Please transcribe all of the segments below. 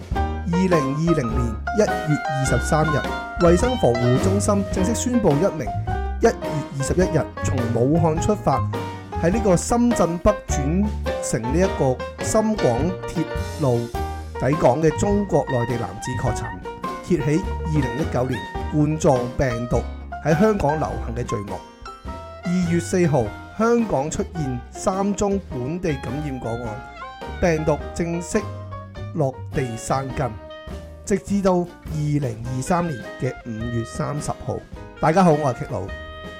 零二零年一月二十三日，衛生防護中心正式宣布一名一月二十一日從武漢出發，喺呢個深圳北轉乘呢一個深廣鐵路抵港嘅中國內地男子確診，揭起二零一九年冠狀病毒喺香港流行嘅序幕。二月四號，香港出現三宗本地感染個案，病毒正式落地生根，直至到二零二三年嘅五月三十號。大家好，我係 K 佬。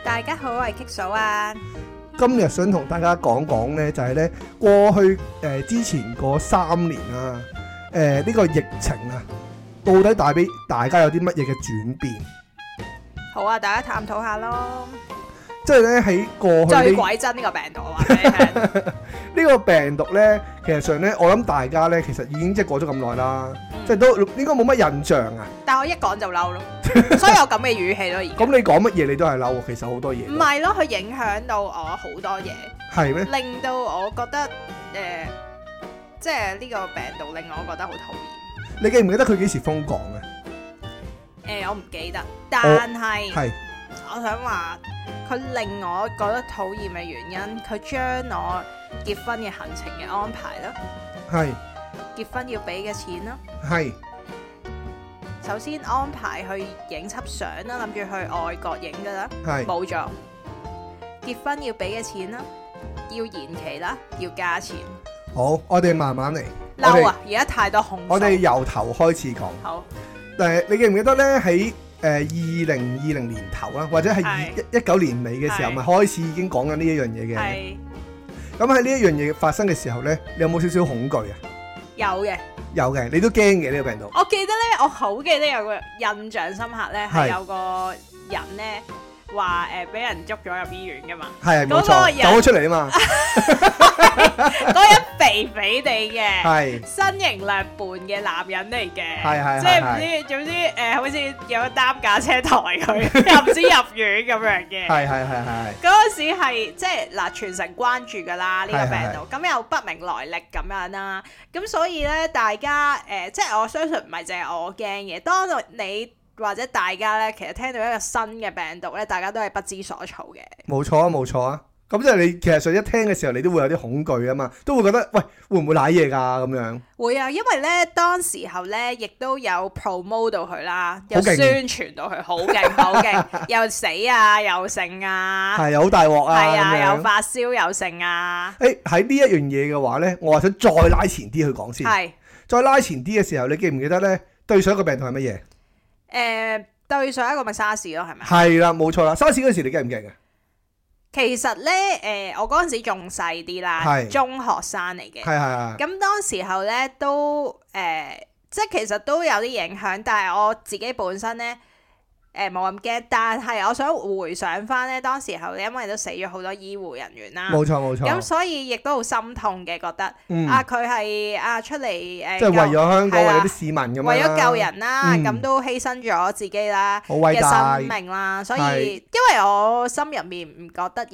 大家好，我係 K 嫂啊。今日想同大家講講呢，就係呢過去誒、呃之前嗰三年啊，誒、呢、個疫情啊，到底帶俾大家有啲乜嘢嘅轉變？好啊，大家探討下咯。即係呢，喺過去最呢鬼真呢個病毒，啊我話俾你聽。 呢個病毒呢，其實上呢，我諗大家呢，其實已經即係過咗咁耐啦，即係都應該冇乜印象啊。嗯但我一講就 嬲咯，所以我咁嘅語氣咯，而咁家你講乜嘢你都係嬲喎，其實好多嘢唔係咯，佢影響到我好多 嘢，係咩？令到我覺得誒、呃即係呢個病毒令我覺得好討厭。你記唔記得佢幾時封港啊？誒、呃我唔記得，但係係我想話佢令我覺得討厭嘅原因，佢將我結婚嘅行程嘅安排啦，係結婚要俾嘅錢啦。係首先安排去影輯相啦，諗住去外國影噶啦，係冇咗。結婚要俾嘅錢啦，要延期啦，要加錢，好，我哋慢慢嚟。我嬲哋啊！而家太多控我哋訴。由頭開始講。好，但係你記唔記得咧？喺誒二零二零年頭啦，或者係二係一一九年尾嘅時候，係咪開始已經講緊呢一樣嘢嘅。係咁喺呢一樣嘢發生嘅時候咧，你有冇少少恐懼啊？有嘅。有嘅，你都驚嘅呢個病毒。我記得咧，我好記得有個印象深刻咧，係係有個人咧話誒俾人捉咗入醫院噶嘛，係冇嗰個錯，人走咗出嚟啊 嘛。嗰個人肥肥地嘅。係身形略胖嘅男人嚟嘅，係係即係唔知，總之誒、呃好似有一擔架車抬 佢，又唔知入院咁樣嘅。係係係係嗰陣時係即係嗱，全城關注㗎啦呢、係個病毒，咁又不明來歷咁樣啦，咁所以咧大家誒、呃即係我相信唔係淨係我驚嘅，當你或者大家咧，其實聽到一個新嘅病毒咧，大家都係不知所措嘅。冇錯啊冇錯啊。咁即係你其實上一聽嘅時候，你都會有啲恐懼啊嘛，都會覺得喂會唔會舐嘢㗎咁樣。會啊，因為咧當時候咧，亦都有 promote 到佢啦，好有勁宣傳到佢，好勁 好勁，又死啊，又剩啊，係又好大鑊啊係咁啊，樣又。發燒又剩啊，誒喺呢一樣嘢嘅話呢，我話想再拉前啲去講先。係再拉前啲嘅時候，你記唔記得呢？對上一個病毒係乜嘢？誒對上一個咪沙士咯，係咪？啊係啦，冇錯啦。沙士嗰時你驚唔驚啊？其實咧誒，我嗰陣時仲細啲啦，係中學生嚟嘅，係係係咁當時候咧都誒，即係其實都有啲影響，但係我自己本身咧誒冇咁驚，但係我想回想翻咧，當時候因為都死咗好多醫護人員啦，冇錯冇咁錯。所以亦都好心痛嘅，覺得、嗯，啊佢係啊出嚟誒，即係為咗香港，為係啦咗啲市民咁樣救啦為咗救，人啦，嗯咁、都犧牲咗自己啦好偉嘅大生。命啦，所係以因為我心入面唔覺得要，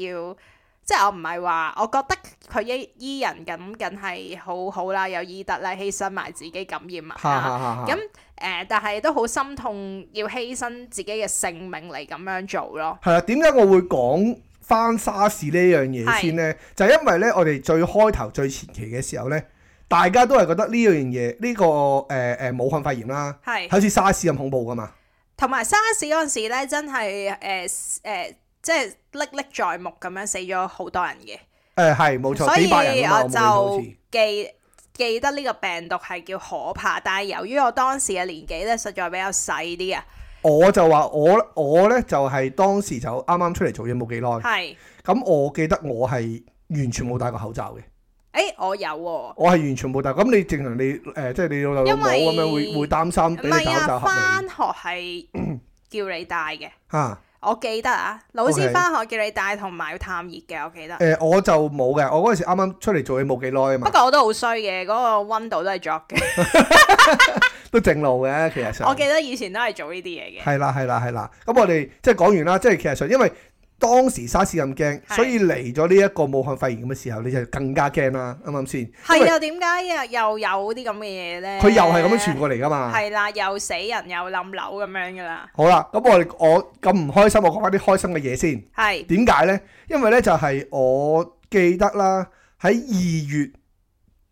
即係我唔係話，我覺得佢醫醫人咁，梗係好好啦，有醫德啦，犧牲埋自己感染物哈啦。哈哈！啊咁誒、但係都好心痛，要犧牲自己嘅性命嚟咁樣做咯。係啦，點解我會講翻沙士呢樣嘢先呢？就係因為呢，我哋最開頭最前期嘅時候呢，大家都係覺得呢樣嘢呢個誒誒武漢肺炎啦，係係，好似沙士咁恐怖噶嘛。同埋沙士嗰陣時咧，真係誒誒，即係歷歷在目咁樣死咗好多人嘅，誒係冇錯，所以幾百人啊我嘛，我冇記錯好就似記記得呢個病毒係叫可怕，但係由於我當時嘅年紀咧，實在比較細啲啊，我就話我我咧就係、當時就啱啱出嚟做嘢冇幾耐，係，咁我記得我係完全冇戴過口罩嘅，誒我有喎、我係完全冇戴。咁你正常你誒、即係你老豆老母因咁為樣會會擔心唔俾你戴係口罩啊，合翻理學係叫你戴嘅。嚇。我記得啊，老師 OK 翻學叫你帶同埋要探熱嘅，我記得。誒、我就冇嘅，我嗰陣時啱啱出嚟做嘢冇幾耐啊不嘛，過我都好衰嘅，嗰、個温度都係作嘅。 都正路嘅其實上我。記得以前都係做呢啲嘢嘅。係啦係啦係啦，咁我哋即係講完啦，即係其實上因為當時沙士咁驚，係所以嚟咗呢一個武漢肺炎咁嘅時候，你就更加驚啦，啱唔啱先？因係為啊，點解又又有啲咁嘅嘢咧？佢又係咁樣傳過嚟啊噶嘛。係啦，又死人又冧樓咁樣噶啦，好啦，咁我哋我咁唔開心，我講翻啲開心嘅嘢先。係點解呢？因為呢就係、我記得啦，喺二月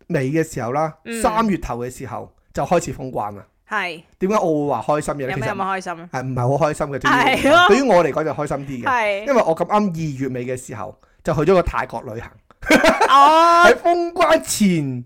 尾嘅時候啦，嗯三、月頭嘅時候就開始封關啦。係點解我會話開心嘅有呢？其咩咁實開心啊？係唔係好開心嘅？對於係咯對於我嚟講就開心啲嘅，因係為我咁啱二月尾嘅時候就去咗個泰國旅行，哦，喺封關前誒、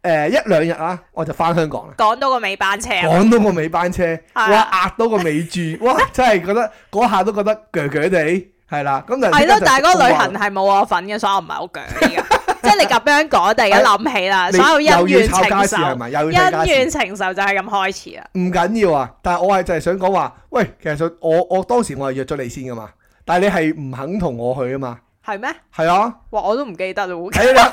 呃一兩日啊，我就翻香港啦。講到個尾班車啊，趕到個尾班車，哇啊壓到個尾柱，哇 真係覺得嗰下都覺得鋸鋸地，係啦。咁但係咯，但係嗰個旅行呢係冇我份嘅，所以我唔係好鋸 呢個即係你咁樣講，突然間諗起啦，你所有又恩要怨炒情家事係仇，咪？又要炒恩家事怨，情仇就係咁開始啦。唔緊要啊。但係我係就係想講話，喂，其實我我當時我係約咗你先噶嘛，但係你係唔肯同我去啊嘛，係咩？係啊，哇！我都唔記得咯。睇啦，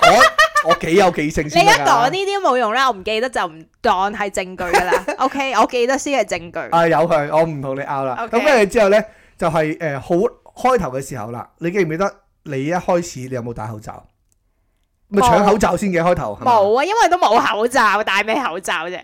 我我幾有記性 你先而得家講㗎呢。啲冇用啦，我唔記得就唔當係證據噶 啦。OK，我記得先係證據。啊有佢，我唔同你拗啦。咁 OK 跟住之後咧，就係誒好開頭嘅時候啦。你記唔記得你一開始你有冇戴口罩？咪冇搶口罩先嘅開頭係咪冇啊，因為都冇口罩，戴咩口罩啫？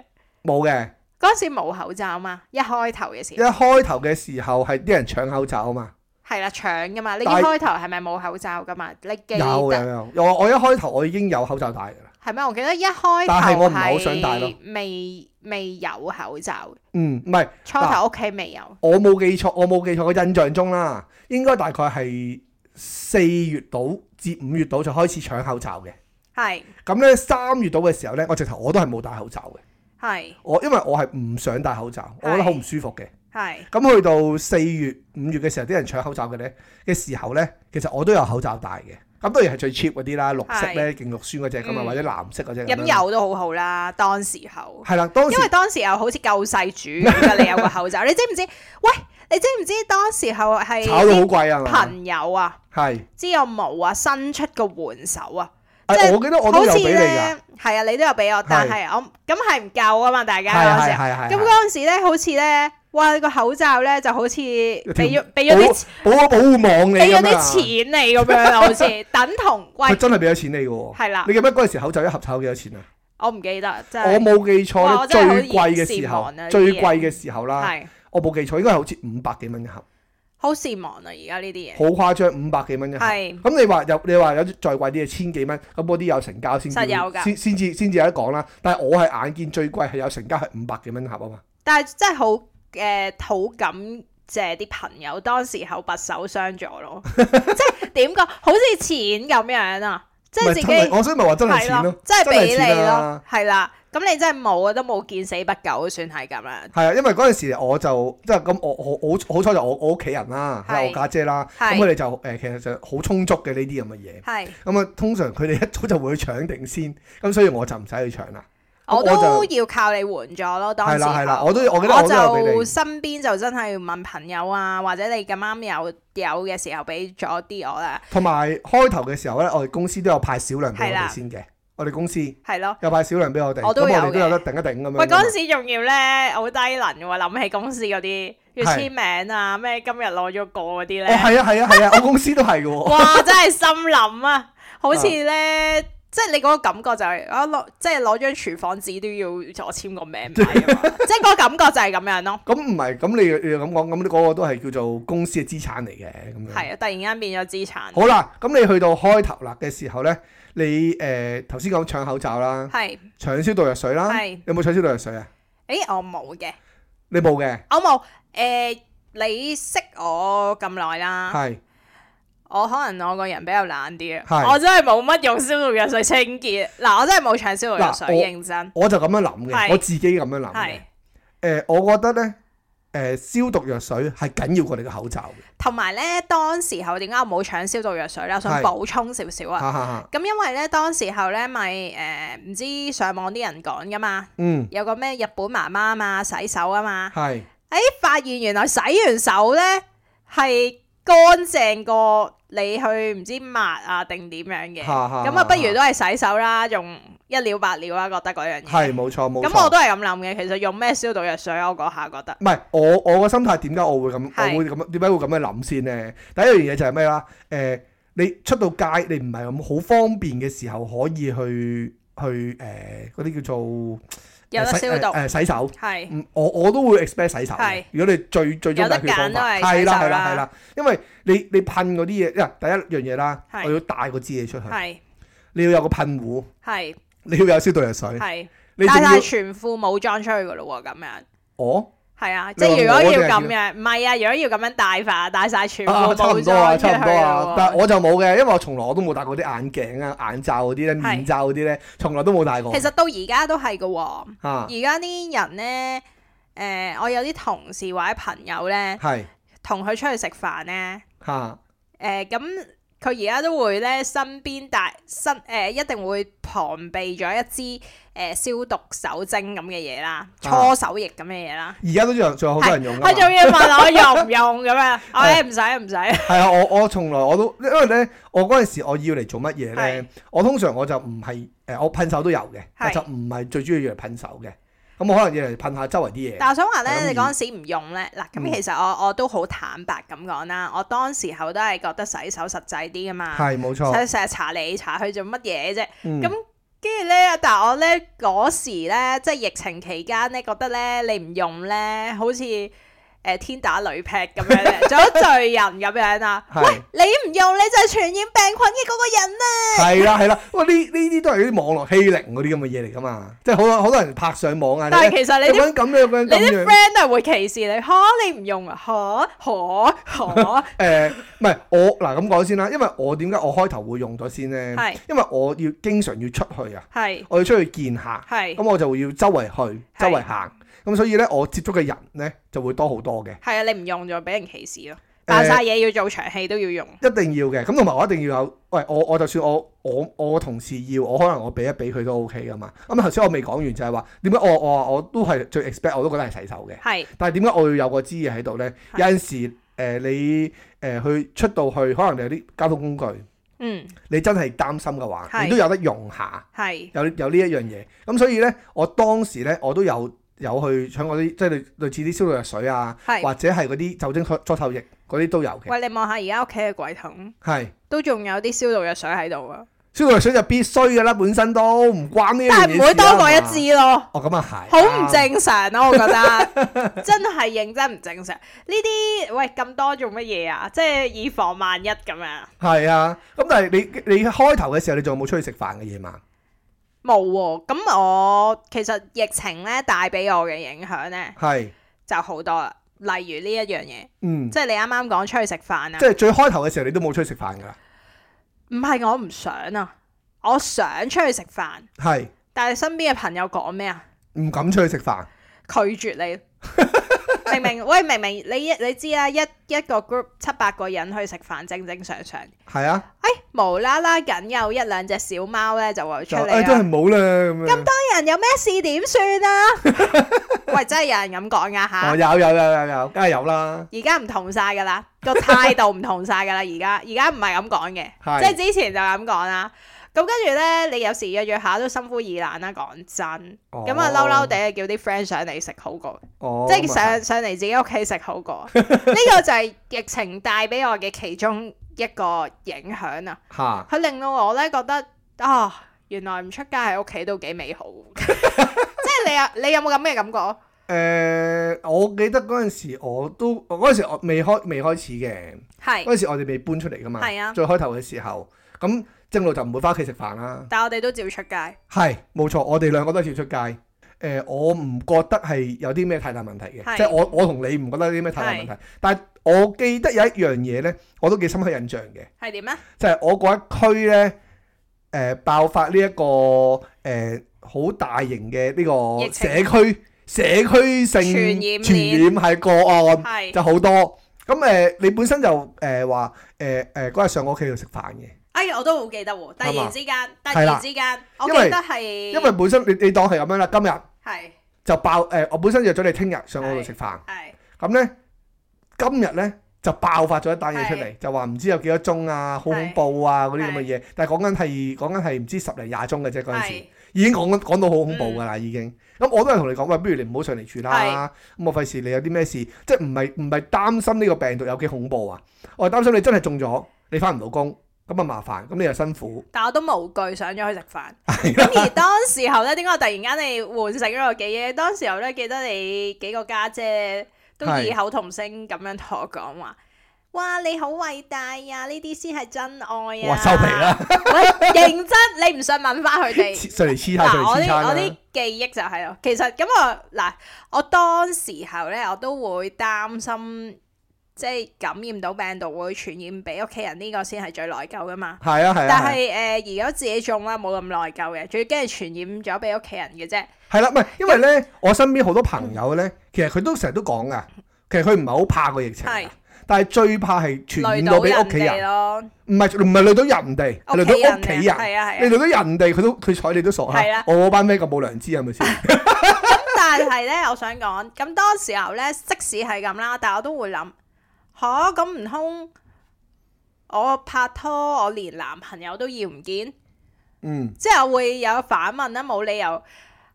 冇嘅。嗰時冇口罩嘛，一開頭嘅一時候開頭嘅時候係啲人搶口罩啊嘛，係啦，搶噶嘛。你一但係開頭係咪啊冇口罩噶嘛？你記有有得有，我我一開頭我已經有口罩戴㗎啦。係咩？我記得一開但係頭我唔係好想戴咯係未未有口罩，嗯，唔係初頭屋企未有。我冇記錯，我冇記錯，我印象中啦，應該大概係四月到至五月到就開始搶口罩嘅。係咁咧三月到嘅時候咧，我直頭我都係冇戴口罩嘅。係我因為我係唔想戴口罩，我覺得好唔舒服嘅。係咁去到四月、五月嘅時候，啲人搶口罩嘅咧嘅時候咧，其實我都有口罩戴嘅。咁當然係最 cheap 嗰啲啦，綠色咧勁肉酸嗰只咁啊，嗯或者藍色嗰只咁樣飲。油都好好啦，當時候。係啦，當時因為當時又好似救世主咁㗎，你有個口罩，你 知唔知？喂，你知唔知當時候係炒到好啲貴啊嘛，朋友啊，係。知我冇啊，伸出個援手啊，哎即係我記得我都好有似俾你㗎，咧係啊，你都有俾我，但係我咁係唔夠啊嘛，大係家嗰係時係候。係。咁嗰陣時咧，好似咧，哇個口罩咧就好似俾咗俾咗啲啲保保保護網你俾咗咁啲錢樣啊，你咁樣啊，好似等同喂佢真係俾咗錢你嘅喎。 係啦你，記唔記得嗰陣時口罩一盒炒幾多錢啊？我唔記得真我係冇記錯哇咧，我真係好最貴嘅時羨候望啊呢，啲最嘢貴嘅時候啦，係我冇記錯，應該係好似五百幾蚊一盒。好善忘啊！而家呢啲嘢好誇張，五百幾蚊一盒。係咁你話有你話有啲再貴啲嘅千幾蚊，咁嗰啲有成交先實有㗎先先至先至有得講啦。但係我係眼見最貴係有成交係五百幾蚊一盒啊嘛。但係真係好誒，好、感謝啲朋友當時候拔手相 助咯，即係點講，好似錢咁樣啊，即係咪自真係己我所以咪話真係錢咯，即係俾真係你錢咯啊，係啦。咁你真係冇啊，都冇見死不救，算係咁啦。係啊，因為嗰陣時我就即係咁，我我好好彩就我我屋企人啦，係係我家姐啦，咁係佢哋就誒其實就好充足嘅呢啲咁嘅嘢。係，咁啊，通常佢哋一早就會去搶定先，咁所以我就唔使去搶啦。咁我我都就要靠你援助咯。當時係候啦係啦，我都我記得我我都有俾你就。身邊就真係問朋友啊，或者你咁啱有有嘅時候俾咗啲我啦，同埋開頭嘅時候咧，我哋公司都有派少量俾係我啦哋先嘅，我哋公司係咯。有派少量俾我哋，咁我我都有哋都有嘅得頂一頂咁樣㗎嘛。喂，嗰陣時仲要咧，好低能喎！諗起公司嗰啲要係簽名啊，咩今日攞咗個嗰啲哦，咧，係啊係啊係啊，我公司都係嘅喎。 哇！真係心諗啊，好似咧，即係你嗰個感覺就係啊攞，即係攞張廚房紙都要我簽個名牌啊嘛， 即係嗰個感覺就係咁樣咯。咁唔係，咁你你咁講，咁嗰個都係叫做公司嘅資產嚟嘅咁樣。係啊，突然間變咗資產，嗯好啦，咁你去到開頭啦嘅時候咧，你誒頭先講搶口罩啦，係搶消毒藥水啦，係有冇搶消毒藥水啊？誒，我冇嘅，你冇嘅，我冇誒。你識我咁耐啦，係我可能我個人比較懶啲係啊，我真係冇乜用消毒藥水清潔。嗱，我真係冇搶消毒藥水，嗱我認真。我就咁樣諗嘅，係我自己咁樣諗嘅係。，誒，我覺得咧，誒消毒藥水係緊要過你個口罩嘅，同埋咧，當時候點解我冇搶消毒藥水咧？我想係補充少少啊。哈哈哈。咁因為咧，當時候咧，咪誒唔知上網啲人講噶嘛，嗯，有個咩日本媽媽啊嘛，洗手啊嘛，係。誒、發現原來洗完手咧係乾淨過你去唔知抹啊定點樣嘅，嚇嚇咁啊嚇不如都係洗手啦，仲一了百了啊啦，覺得嗰樣嘢。係冇錯冇咁我錯。都係咁諗嘅，其實用咩消毒藥水，我嗰下覺得唔係我我個心態點解我會咁，係我會咁點解會咁樣諗先呢？第一樣嘢就係咩啦？誒、你出到街你唔係咁好方便嘅時候，可以去去誒嗰啲叫做有得誒洗消毒誒，誒洗手。係嗯我我都會 expect 洗手嘅係。如果你最最終有得解決方法，揀都係洗手啦啦係啦係啦，因為你你噴嗰啲嘢，因為第一樣嘢啦，係我要帶個支嘢出去，係你要有個噴壺，係你要有消毒藥水，係，你仲但要哦係全副武裝出去噶咯喎，咁樣。我係啊，你即係話如果我要定係咁樣，唔係啊，如果要咁樣戴法，戴晒全部啊差唔武多啊，裝出差去唔多啊，咯但係喎。我就冇嘅，因為我從來我都冇戴過啲眼鏡啊、眼罩嗰啲咧、係面罩嗰啲咧，從來都冇戴過其實到而家都係噶喎，啊，而家啲人咧，誒，我有啲同事或者朋友咧，係同佢出去食飯咧。嚇誒呃咁佢而家都會咧身邊帶身誒、呃一定會旁備咗一支誒、消毒手精咁嘅嘢啦，搓手液咁嘅嘢啦。而家都仲啊仲有好啊多人用㗎嘛佢仲要問我用唔用 咁樣，我咧唔使唔使，係啊，我我從來我都因為咧，我嗰陣時我要嚟做乜嘢咧係？我通常我就唔係誒，我噴手都有嘅，但就唔係最主要要嚟噴手嘅。咁我可能要嚟噴下周圍啲嘢。但我想話係咁咧，你易嗰陣時唔用咧，嗱嗯咁其實我我都好坦白咁講啦，我當時候都係覺得洗手實際啲噶嘛，係冇錯，使成日查嚟查去做乜嘢啫？嗯咁跟住咧，但係我咧嗰時咧，即係疫情期間咧，覺得咧你唔用咧，好似誒、呃天打雷劈咁樣咧， 做咗罪人咁樣啦。係喂，你唔用你就係傳染病菌嘅嗰 個人啊啦。係啦係啦，哇！呢呢啲都係啲網絡欺凌嗰啲咁嘅嘢嚟噶嘛，即係好多好多人拍上網啊。但係其實你你咁樣啲咁樣咁你啲樣咁樣 friend 都係會歧視你，嚇你唔用啊，嚇嚇 嚇，誒，唔係我嗱咁講先啦，因為我點解我開頭會用咗先咧？係因為我要經常要出去啊，係我要出去見客。係咁我就會要周圍去、周圍行，咁所以咧我接觸嘅人咧就會多好多嘅，係啊！你唔用就俾人歧視咯，扮晒嘢要做場戲都要用，一定要嘅。咁同埋我一定要有，喂我我就算我我我個同事要，我可能我俾一俾佢都 OK 噶嘛。咁頭先我未講完就係話點解我我話我都係最 expect 我都覺得係洗手嘅，係但係點解我要有個支嘢喺度咧？係有陣時誒、呃你誒、呃去出到去，可能你有啲交通工具，嗯你真係擔心嘅話，係你都有得用下。係有有呢一樣嘢。咁所以咧，我當時咧我都有有去搶嗰啲即係類類似啲消毒藥水啊，係。或者係嗰啲酒精搓搓手液嗰啲都有嘅。喂，你望下而家屋企嘅櫃桶。係都仲有啲消毒藥水喺度啊，消毒藥水就必須嘅啦，本身都唔關呢一樣嘢但係唔會事啦啊多過一。係嘛支咯，哦，咁啊係。好唔啱。正常啊咯、我覺得 真係認真唔正常。呢啲喂咁多做乜嘢啊？即係以防萬一咁樣，係啊，咁但係你你開頭嘅時候，你仲有冇出去食飯嘅夜晚？冇喎、咁我其實疫情咧帶俾我嘅影響咧係，就好多啦，例如呢一樣嘢，嗯，即係你啱啱講出去食飯啊即，係最開頭嘅時候，你都冇出去食飯㗎啦。唔係我唔想啊，我想出去食飯，係，但係身邊嘅朋友講咩啊？唔敢出去食飯。拒絕你。 明明喂，明明你一你知啦，一一個 group 七八個人去食飯，正正常常。係啊，哎，無啦啦僅有一兩隻小貓咧就會出就嚟啊誒都係啦。冇啦咁樣。啲人有咩事點算啊？ 喂，真係有人咁講噶吓哦，。有有有有有，梗係有啦。而家唔同晒噶啦，個態度唔同晒噶啦。而家而家唔係咁講嘅，係即係之前就咁講啦。咁跟住咧，你有時約約下都心灰意冷啦。講真，咁啊嬲嬲地叫啲 friend 上嚟食好過。哦哦，哦，即係咁啊上上嚟自己屋企食 好過，呢個就係疫情帶俾我嘅其中一個影響啊！嚇，佢令到我咧覺得啊、原來唔出街喺屋企都幾美 好。即係你有你有冇咁嘅感覺？誒、我記得嗰陣時我都嗰陣時我未開未開始嘅，嗰係，陣時我哋未搬出嚟噶嘛，係啊最開頭嘅時候，咁正路就唔會翻屋企食飯啦。但我哋都照出街。係冇錯，我哋兩個都係跳出街。誒、我唔覺得係有啲咩太大問題嘅，係即係我我同你唔覺得有啲咩太大問題。但係我記得有一樣嘢咧，我都幾深刻印象嘅，係點啊咧？就係、我嗰一區咧，誒、爆發呢、一個誒好、大型嘅呢個疫情社區社區性傳染鏈傳染係個案，係就好多。咁誒、呃你本身就誒話誒誒嗰日上我屋企度食飯嘅，哎，我都好記得喎！突係嘛然之間，突係啦然之間，我因記為得係因為本身你你當係咁樣啦，今日呃係就爆誒、我本身約咗你聽日上我度食飯，係咁咧今日咧就爆發咗一單嘢出嚟，就話唔知有幾多宗啊，好恐怖啊嗰啲咁嘅嘢。但係講緊係講緊係唔知十零廿宗嘅啫，嗰陣時係已經嗯講緊講到好恐怖㗎啦，已經。咁我都係同你講喂，不如你唔好上嚟住啦。咁我費事你有啲咩事，即係唔係唔係擔心呢個病毒有幾恐怖啊？我係擔心你真係中咗，你翻唔到工，咁啊麻煩，咁你又辛苦。但我都無懼上咗去食 飯。啊咁而當時候咧，點解我突然間你喚醒咗我記憶？當時候咧，記得你幾個家姐都係異口同聲咁樣同我講話。哇！你好偉大呀、呢啲先係真愛我話啊！收皮啦， 喂！認真，你唔信問翻佢 哋。黐上嚟黐下，上嗱，嚟我黐啲下我啦啲。記憶就係咯，其實咁我嗱，我當時候咧，我都會擔心，即係感染到病毒會傳染俾屋企人，呢、個先係最內疚噶嘛。係啊係啊。但係啊係誒，而家自己中啦，冇咁內疚嘅，最驚係傳染咗俾屋企人嘅啫。係啦，唔係因為咧，我身邊好多朋友咧，其實佢都成日都講噶，其實佢唔係好怕個疫情㗎啊係，但係最怕係傳累染到俾屋企人哋人，咯，唔係唔係累到人哋，係累到屋啊企人。係啊係你累啊。到人哋，佢都佢睬你都傻係啦啦。我嗰班 friend 咁冇良知啊係咪先？ 咁但係咧，我想講，咁當時候咧，即使係咁啦，但我都會諗，吓咁唔通我拍拖，我連男朋友都要唔見？嗯，即係我會有反問啦，冇理由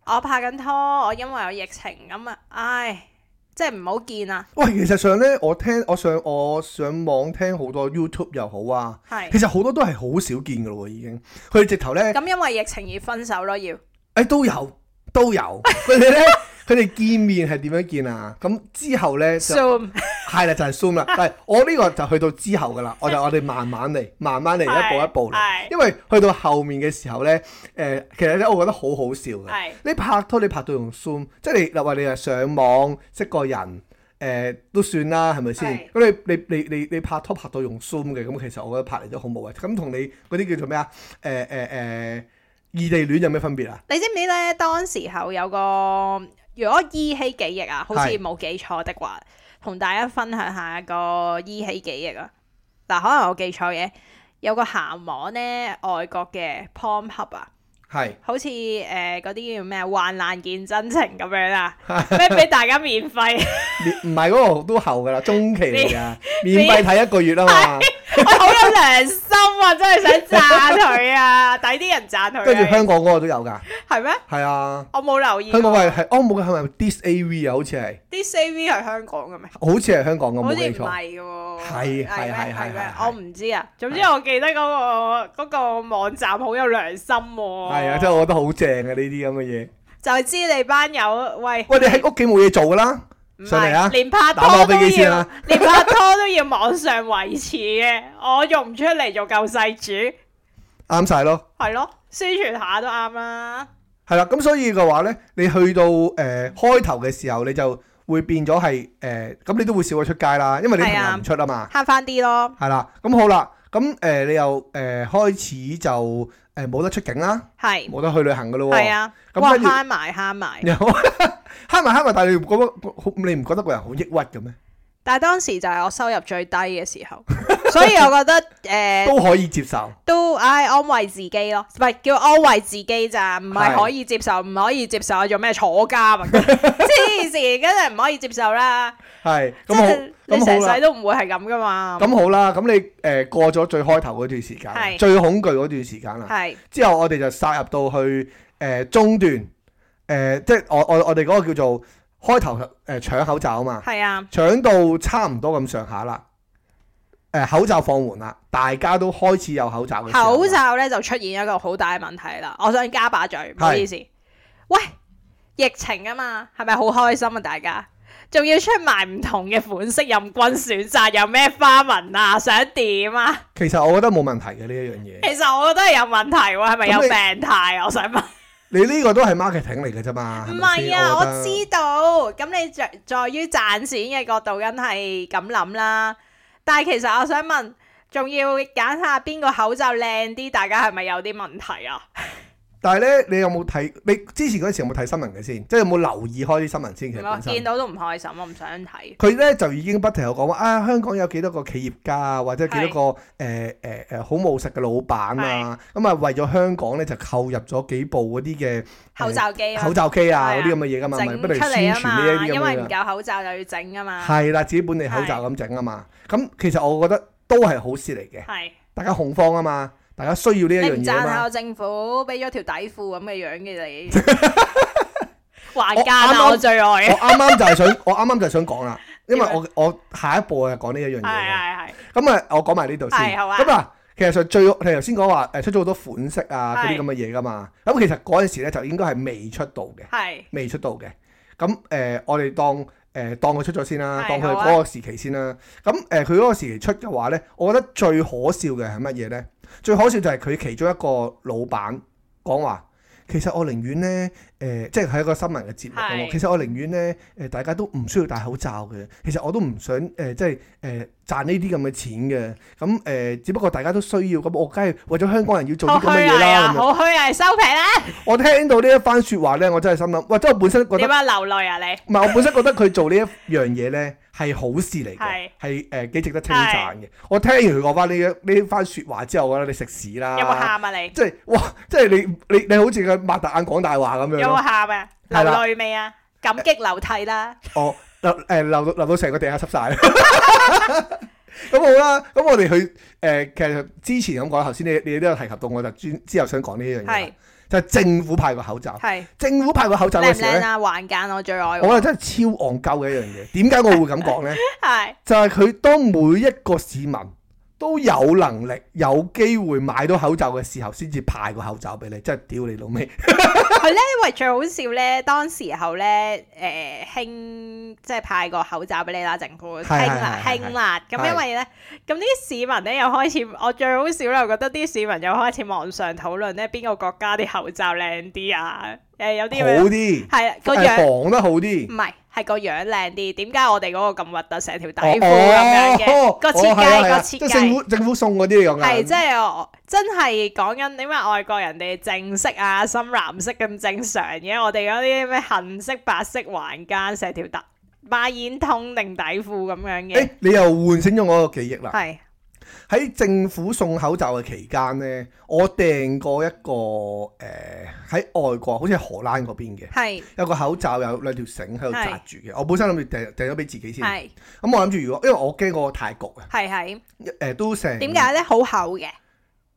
我拍緊拖，我因為有疫情咁啊，唉，即係唔好見啊啦，喂，其實上咧，我聽我上我上網聽好多 YouTube 又好啊，係 其實好多都係好少見噶咯喎，已經佢哋直頭咧，咁因為疫情而分手咯，要誒都有都有，佢 哋咧佢哋見面係點樣見啊？咁之後咧就。 Zoom 係啦，就係 Zoom 啦。但係我呢個就去到之後噶啦，我就我哋慢慢嚟，慢慢嚟，一步一步嚟。係因為去到後面嘅時候咧，誒、其實咧，我覺得好好笑嘅。係你拍拖你拍到用 Zoom，即係你嗱話你係上網識個人，誒、都算啦，係咪先？係咁你你你你你拍拖拍到用 Zoom 嘅，咁其實我覺得拍嚟都好無謂。咁同你嗰啲叫做咩啊？誒誒誒異地戀有咩分別啊？你知唔知咧？當時候有個如果依稀記憶啊，好似係冇記錯的話，同大家分享下一個依稀記憶啊。嗱，可能我記錯嘢，有個鹹網咧，外國嘅 Pornhub 啊。係好似誒嗰啲叫咩患難見真情咁樣 啦，咩俾大家免費，免唔係嗰個都後噶啦，中期嚟 噶，免費睇一個月啊嘛。我好有良心啊！真係想讚 佢啊，抵啲人讚跟住佢啊，香港嗰個都有㗎。係咩？係啊，我冇留意香港喎。係係哦冇嘅係咪 Dis A V 啊？好似係，啲 CV 係香港嘅咩？好似係香港嘅，好冇似記唔錯。係嘅喎。係係咩係係咩係我唔知啊。總之我記得嗰個嗰個網站好有良心喎。係啊，真係我覺得好正啊！呢啲咁嘅嘢。就係知你班友喂。喂，你喺屋企冇嘢做㗎啦，唔上嚟啊係，連拍打包拖飛都機先啊要， 連拍拖都要網上維持嘅，我用唔出嚟做救世主，啱晒咯。係咯，宣傳下都啱啦。係啦，咁所以嘅話咧，你去到誒、呃、開頭嘅時候，你就會變咗係誒，咁、你都會少咗出街啦，因為你朋係啊友唔出啊嘛。慳翻啲咯，係啦，咁好啦，咁誒、呃你又誒、呃、開始就誒冇、得出境啦，係冇得去旅行㗎咯喎。係啊，咁哇跟住慳埋慳埋，有慳埋慳埋，但係你唔覺得好你唔覺得個人好抑鬱嘅咩？但係當時就係我收入最低嘅時候，所以我 覺得誒都可以接受。都唉安慰自己咯，唔係叫安慰自己咋，唔係可以接受，唔可以接受，做咩坐 監啊？黐線，梗係唔可以接受啦，係即咁好係，你咁成好啦世，都唔會係咁噶嘛，咁好啦，咁你誒、呃、過咗最開頭嗰段時間啦，係最恐懼嗰段時間啦，係之後我哋就殺入到去誒、呃中段，誒、即係我我我哋嗰個叫做開頭誒、呃、搶口罩啊嘛，係啊。搶到差唔多咁上下啦，誒、口罩放緩啦，大家都開始有口罩嘅時候口罩咧就出現一個好大嘅問題啦。我想加把嘴，唔好意思。喂，疫情啊嘛，係咪好開心啊？大家仲要出埋唔同嘅款式任君選擇，有咩花紋啊？想點啊？ 其實我覺得冇問題嘅呢一樣嘢，其實我覺得係有問題喎、係咪有咁你病態啊？我想問。你呢個都係 marketing 嚟嘅啫嘛，唔係咪係先啊，我覺得知道。咁你在在於賺錢嘅角度，梗係咁諗啦。但係其實我想問，仲要揀下邊個口罩靚啲，大家係咪有啲問題啊？但係咧，你有冇睇？你之前嗰陣時有冇睇新聞嘅先？即係有冇留意開啲新聞先？其實我本身啊見。到都唔開心，我唔想睇。佢咧就已經不停有講話啊，香港有幾多個企業家啊，或者幾多個誒誒誒好務實嘅老闆啊，咁啊為咗香港咧就購入咗幾部嗰啲嘅口罩機啊口，罩機啊係啊嗰啲咁嘅嘢噶嘛，咪整不出停嚟宣啊傳呢嘛，一啲因咁為嘅嘢。唔夠口罩就要整啊嘛，係啦，自己本地口罩咁整啊嘛，咁其實我覺得都係好事嚟嘅，係大家恐慌啊嘛，大家需要呢一你樣唔嘢贊啊下嘛。我政府俾咗條底褲咁嘅 樣嘅你，我還啱價啊啱我最愛，我啱啱就係想， 我啱啱就係想講啦，因為點啊我我下一步係啊講呢一樣嘢嘅。係係咁啊，我講埋呢度先。係好啊咁啊，其實上最你頭先講話誒出咗好多款式啊，嗰係啲咁嘅嘢噶嘛。咁其實嗰陣時咧就應該係未出到嘅，係未出到嘅。咁誒、呃我哋當誒、呃、當佢出咗先啦，係當佢好啊嗰個時期先啦。咁誒佢嗰個時期出嘅話咧，我覺得最可笑嘅係乜嘢咧？最可笑就係佢其中一個老闆講話。其實我寧願咧，誒、即係喺一個新聞嘅節目咁喎係其實我寧願咧，誒、大家都唔需要戴口罩嘅。其實我都唔想誒、即係誒、呃賺呢啲咁嘅錢嘅。咁誒、只不過大家都需要，咁我梗係為咗香港人要做好啲咁嘅嘢虛偽啊，啦。咁樣好虛偽，收皮啦！我聽到呢一番説話咧，我真係心諗，喂！即係我本身覺得點。啊流淚啊你？唔係，我本身覺得佢做呢一樣嘢咧係好事嚟嘅係，係誒幾值得稱讚嘅。我聽完佢講翻呢一呢番説話之後，我覺得你食屎啦！有冇喊啊你？即係哇！即係你你你好似佢擘大眼講大話咁樣有冇咯。喊啊？流係啦淚未啊？感激流涕啦！哦，流誒流到流到成個地下濕晒。 咁好啦，咁我哋去誒、其實之前咁講，頭先你你都有提及到，我就專之後想講呢一樣嘢啦係，就係政府派個口罩。係政府派個口罩靚嘅唔時候靚咧，啊？還價我最愛我覺喎，得真係超戇鳩嘅一樣嘢。點解我會咁講咧？係就係佢當每一個市民都有能力、有機會買到口罩嘅時候，先至派個口罩俾你，真係屌你老味！佢咧，因為最好笑咧，當時候咧，誒興即係派個口罩俾你啦，政府係興係啦係係興啦，咁係因為咧，咁啲市民咧又開始，我最好笑咧，我覺得啲市民又開始網上討論咧，邊個國家啲口罩靚啲啊？誒有啲好咩啲，係啊個誒樣嗯防得好啲唔。係係個樣靚啲，點解我哋嗰個咁核突，成條底哦褲咁樣嘅哦個設哦係啊計係個啊設即係政計？府政府送嗰啲啊咁係，樣。即係我真係講緊點解外國人哋正色啊、深藍色咁正常嘅，我哋嗰啲咩杏色、白色、橫間、成條突孖煙通定底褲咁樣嘅誒，，你又喚醒咗我個記憶啦！係喺政府送口罩嘅期間呢，我訂過一個誒喺、外國，好似係荷蘭嗰邊嘅，係有個口罩有兩條繩喺度係紮住嘅。我本身諗住訂訂咗俾自己先，咁係我諗住如果因為我驚過泰國啊。係係，誒、都成點解咧？好厚嘅，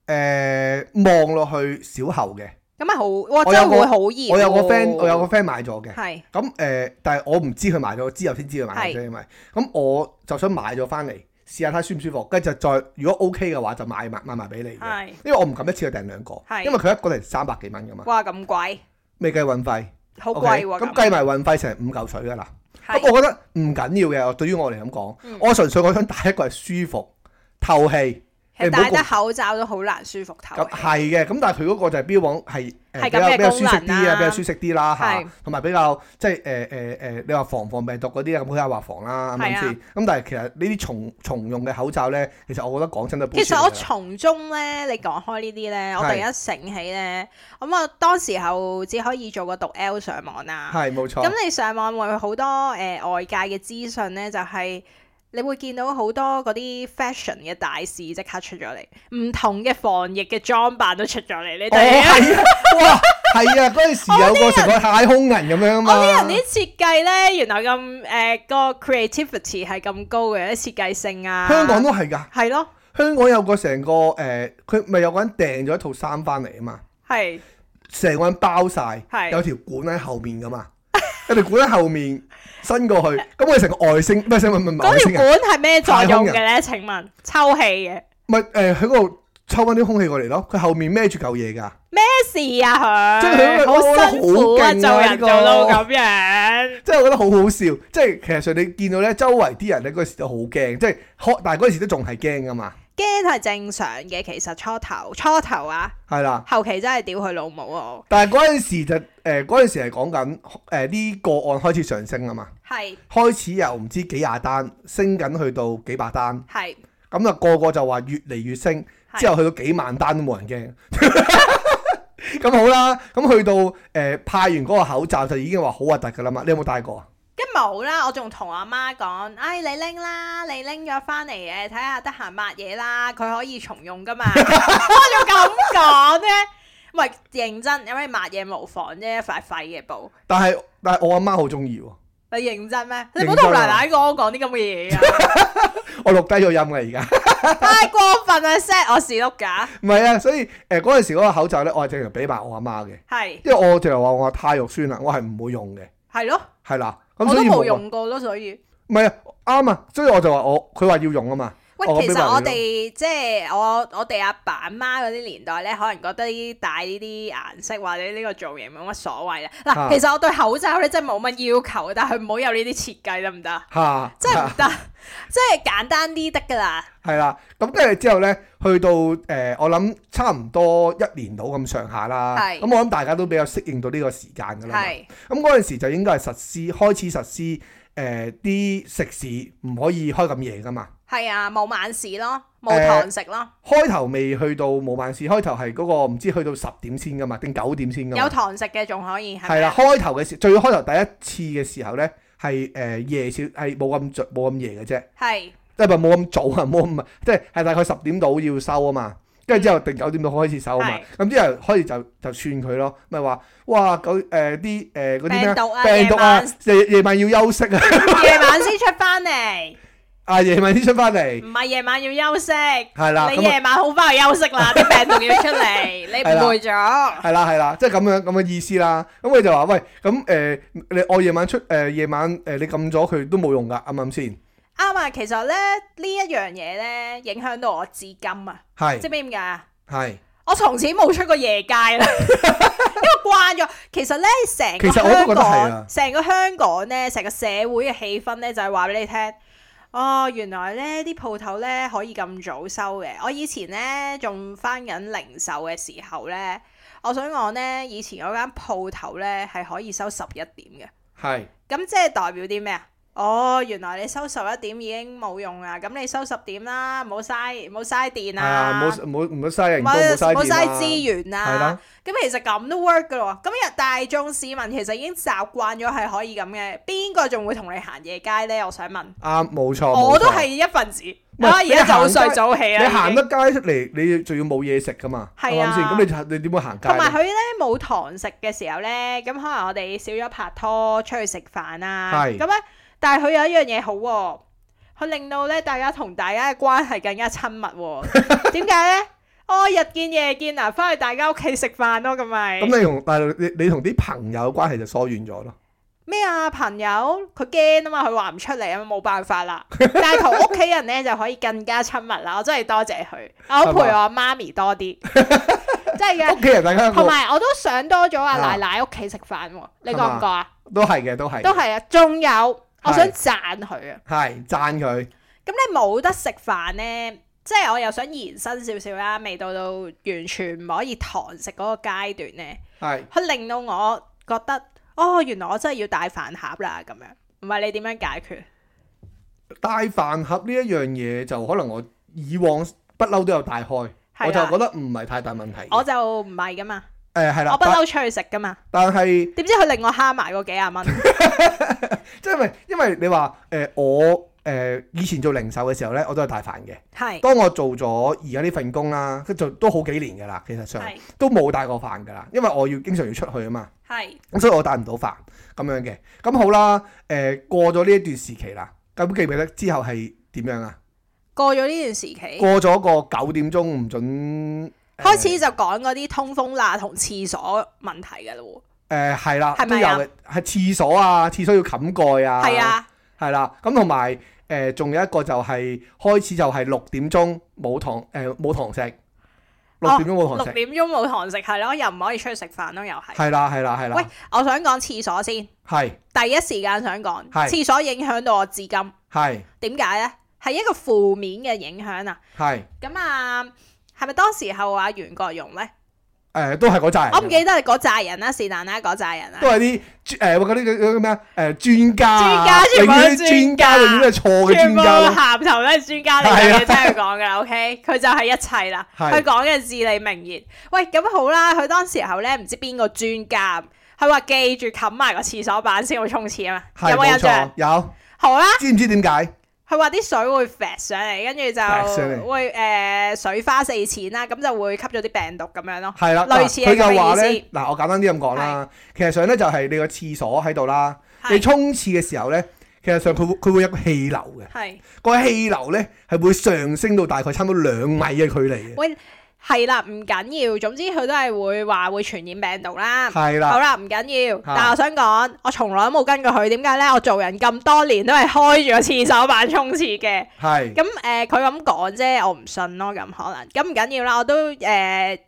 誒望落去小厚嘅，咁咪好，哇！我真係有個會好熱。我有個 friend，我有個 friend 買咗嘅。係咁誒、但係我唔知佢買咗，我之後先知佢買咗啫，因為咁我就想買咗翻嚟試下睇舒唔舒服，跟住就再如果 OK 嘅話就買埋買埋俾你嘅。係，因為我唔敢一次去訂兩個，係因為佢一個嚟三百幾蚊噶嘛，哇！咁貴，未計運費。好 OK，貴喎。咁計埋運費成五嚿水噶啦。係咁我覺得唔緊要嘅，對於我嚟咁講，嗯我純粹我想戴一個係舒服、透氣。其實你唔好戴得口罩都好難舒服透咁氣。係嘅，咁但係佢嗰個就係標榜係誒比係咁較嘅比較舒適啲功能啊，啦比較舒適啲啦嚇係，同埋比較即係誒誒誒，你話防唔防病毒嗰啲啊，咁佢有話防啦，啱唔啱係先？啊咁但係其實呢啲重重用嘅口罩咧，其實我覺得講真都其 bullshit 實我嚟㗎從中咧，你講開呢啲咧，我係突然一醒起咧，咁我當時候只可以做個讀 L 上網啦。係冇錯哦咁，你上網會好多誒、呃外界嘅資訊咧，就係、你會見到好多嗰啲 fashion 嘅大事即刻出咗嚟，唔同嘅防疫嘅裝扮都出咗嚟。你哦哋、係啊，哇係啊，嗰陣時有個成個太空人咁樣啊我啲嘛哦人，啲設計咧，原來咁誒、呃個 creativity 係咁高嘅，啲設計性啊，香港都係㗎，係咯，香港有個成個誒，佢咪有個人訂咗一套衫翻嚟啊嘛。係成個人包晒，係有條管喺後面噶嘛， 有條管喺後面伸過 去，咁佢成個外星，唔係成個唔係唔係嗰外星條人，管係咩作太空用人嘅咧？請問抽氣嘅。唔係誒喺嗰度抽翻啲空氣過嚟咯，佢後面孭住嚿嘢㗎，事啊即係佢佢，好辛苦啊，我覺得做好勁啊人做到咁樣，即係我覺得好好笑，即係其實上你見到咧，周圍啲人咧嗰時都好驚，即係可但係嗰時都仲係驚噶嘛，驚係正常嘅。其實初頭初頭啊，係啦。後期真係屌佢老母啊！但係嗰陣時就誒嗰陣時係講緊誒呢個案開始上升啊嘛，係開始由唔知幾廿單升緊去到幾百單，係咁啊個個就話越嚟越升。係之後去到幾萬單都冇人驚， 咁好啦，咁去到誒、呃派完嗰個口罩就已經話好核突㗎啦嘛，你有冇戴過啊？跟冇啦，我仲同阿媽講：，唉、你拎啦，你拎咗翻嚟誒，睇下得閒抹嘢啦，佢可以重用噶嘛。我仲咁講咧，唔係認真，因為抹嘢無妨啫，一塊廢嘅布。但係但係我阿媽好中意喎，你認真咩？認真啊你唔好同奶奶講講啲咁嘅嘢 啊！我錄低咗音啦而家， 太過分啦！set 我屎碌架，唔係啊，所以誒嗰陣時嗰個口罩咧，我係直頭俾埋我阿媽嘅，係因為我直頭話我太肉酸啦，我係唔會用嘅，係咯，係啦，我咁都所以冇啊用過咯，所以。唔係啊，啱啊，所以我就話我佢話要用啊嘛，喂，我其俾實埋你我咯哋即係我我哋阿爸阿媽嗰啲年代咧，可能覺得呢啲戴呢啲顏色或者呢個造型冇乜所謂啦。嗱，啊其實我對口罩咧真係冇乜要求，但係唔好有呢啲設計得唔啊得？嚇，真係唔嚇得， 即係簡單啲得㗎啦。係啦，咁跟住之後咧，去到誒、呃我諗差唔多一年到咁上下啦，係咁我諗大家都比較適應到呢個時間㗎啦嘛。係咁嗰陣時就應該係實施開始實施誒啲、食肆唔可以開咁夜噶嘛。係啊，冇晚市咯，冇誒堂食咯，開頭未去到冇晚市，開頭係嗰個唔知去到十點先噶嘛，定九點先噶有嘛。堂食嘅仲可以係係咪啦，啊？開頭嘅時最開頭第一次嘅時候咧，係誒、呃夜少係冇咁早冇咁夜嘅啫，係即係咪冇咁早啊，冇咁即係係大概十點到要收啊嘛。跟住之後定九點到開始收啊嘛，咁之後開始就就算佢咯，咪話哇九誒啲誒嗰啲咩病啊毒啊，病夜毒啊晚，夜夜晚要休息啊， 夜晚先出翻嚟，啊夜晚先出翻嚟。唔係夜晚要休息。係啦，你咁啊夜晚好翻去休息 啦，啲病毒要出嚟，你係啦誤會咗。係啦係啦，即係咁樣咁嘅意思啦。咁佢就話：喂，咁誒、呃你我夜晚出誒、呃夜晚誒、呃你撳咗佢都冇用㗎，啱唔啱先？啱啊，其實咧呢一樣嘢咧影響到我至今啊，知係唔知點解啊？係，我從此冇出過夜街 啦，因為慣咗。其實咧，成個其實我都香覺得係啊港，成個香港咧，成個社會嘅氣氛咧，就係話俾你聽。哦，原來咧啲鋪頭咧可以咁早收嘅。我以前咧仲翻緊零售嘅時候咧，我想講咧，以前嗰間鋪頭咧係可以收十一點嘅。係咁即係代表啲咩啊？哦，原來你收十一點已經冇用啦，咁你收十點啦，唔好嘥唔好嘥電係啊，啊，冇冇唔好嘥人唔工，好冇嘥唔好電嘥啊資源係啊啦。，咁其實咁都 work 噶咯喎。咁日大眾市民其實已經習慣咗係可以咁嘅，邊個仲會同你行夜街呢？我想問，啱冇錯。冇我錯都係一份子，喂啊而家你行早睡街早起你啦，行已經得街出嚟，你仲要冇嘢食㗎嘛？啱唔係啊啱先？咁你就你點會行街同呢？埋佢咧冇堂食嘅時候咧，咁可能我哋少咗拍拖出去食飯啊，係咁咧，但係佢有一樣嘢好喎、佢令到咧大家同大家嘅關係更加親密 喎、點解咧？哦，日見夜見啊，翻去大家屋企食飯咯，咁咪咁你同但係你你同啲朋友關係就疏遠咗 咯。咩啊？朋友佢驚啊嘛，佢話唔出嚟啊嘛，冇辦 法啦。但係同屋企人咧就可以更加親密啦，我真係多謝佢，我陪我媽咪多 啲，真係嘅。屋企人大家同埋我都想多咗阿啊奶奶屋企食飯喎，你覺唔覺啊？都係嘅，都係都係啊，仲有我係想讚佢啊！係讚佢咁你冇得食飯呢，即係我又想延伸少少啦，未到到完全唔可以堂食嗰個階段呢，係佢令到我覺得哦，原來我真係要帶飯盒啦咁樣。唔係你點樣解決？帶飯盒呢一樣嘢就可能我以往不嬲都有帶開。我係就覺啦，得唔係太大問題嘅。我就唔係噶嘛，誒係我啦，不但嬲出去食噶嘛。但係點知佢令我慳埋嗰幾廿蚊？即係因為因為你話誒、我誒、以前做零售嘅時候咧，我都係大飯嘅。係當我做咗而家呢份工啦，跟住都好幾年㗎啦，其實上係都冇帶過飯㗎啦，因為我要經常要出去啊嘛，係咁所以我帶唔到飯咁樣嘅。咁好啦，誒、過咗呢一段時期啦，咁記唔記得之後係點樣啊？過咗呢段時期，過咗個九點鐘唔準誒開始就講嗰啲通風罅同廁所問題㗎咯誒係啦，係都咪有啊嘅，係廁所啊，廁所要冚蓋啊，喎。係啊。係啦，咁同埋誒，仲、有一個就係、開始就係六點鐘冇堂誒冇、堂食，六點鐘冇哦六堂食，點鐘冇堂食係咯，又唔可以出去食飯咯，又係。係啦係啦係喂啦，，我想講廁所先，係第一時間想講係廁所影響到我至今，係點解呢？係一個負面嘅影響啊！係咁啊，係咪當時候啊袁國勇呢？誒都係嗰扎人我唔㗎，記得嗰扎人啦，是但啦，嗰扎人啦啊都。係啲誒嗰啲嗰啲咩啊誒專家啊，專家全永部都遠啲專專家家永遠都係錯嘅全專部家咯。鹹頭都係專家嚟係啊嘅，你聽佢講噶啦，OK？佢就係一切啦，係佢講嘅至理名言。喂，咁好啦，佢當時候咧唔知邊個專家，佢話記住冚埋個廁所板先會沖廁啊嘛，係有冇冇印象錯？，有好啦，知唔知點解？佢話啲水會飛上嚟，跟住飛上嚟就會誒、呃水花四濺啦，咁就會吸咗啲病毒咁樣咯。係啦，嗱 類似係佢就話咁嘅咧意思，嗱我簡單啲咁講啦，其實上咧就係你個廁所喺度啦，係你沖廁嘅時候咧，其實上佢會佢會有個氣流嘅，係個氣流咧係會上升到大概差唔多兩米嘅距離嘅，喂係啦，唔緊要，總之佢都係會話會傳染病毒啦。係好啦，啦，唔緊要，啊但係我想講，我從來都冇跟過佢，點解呢？我做人咁多年都係開住個廁所板沖廁嘅，係咁誒佢咁講啫，我唔信咯，咁可能，咁唔緊要啦，我都誒、呃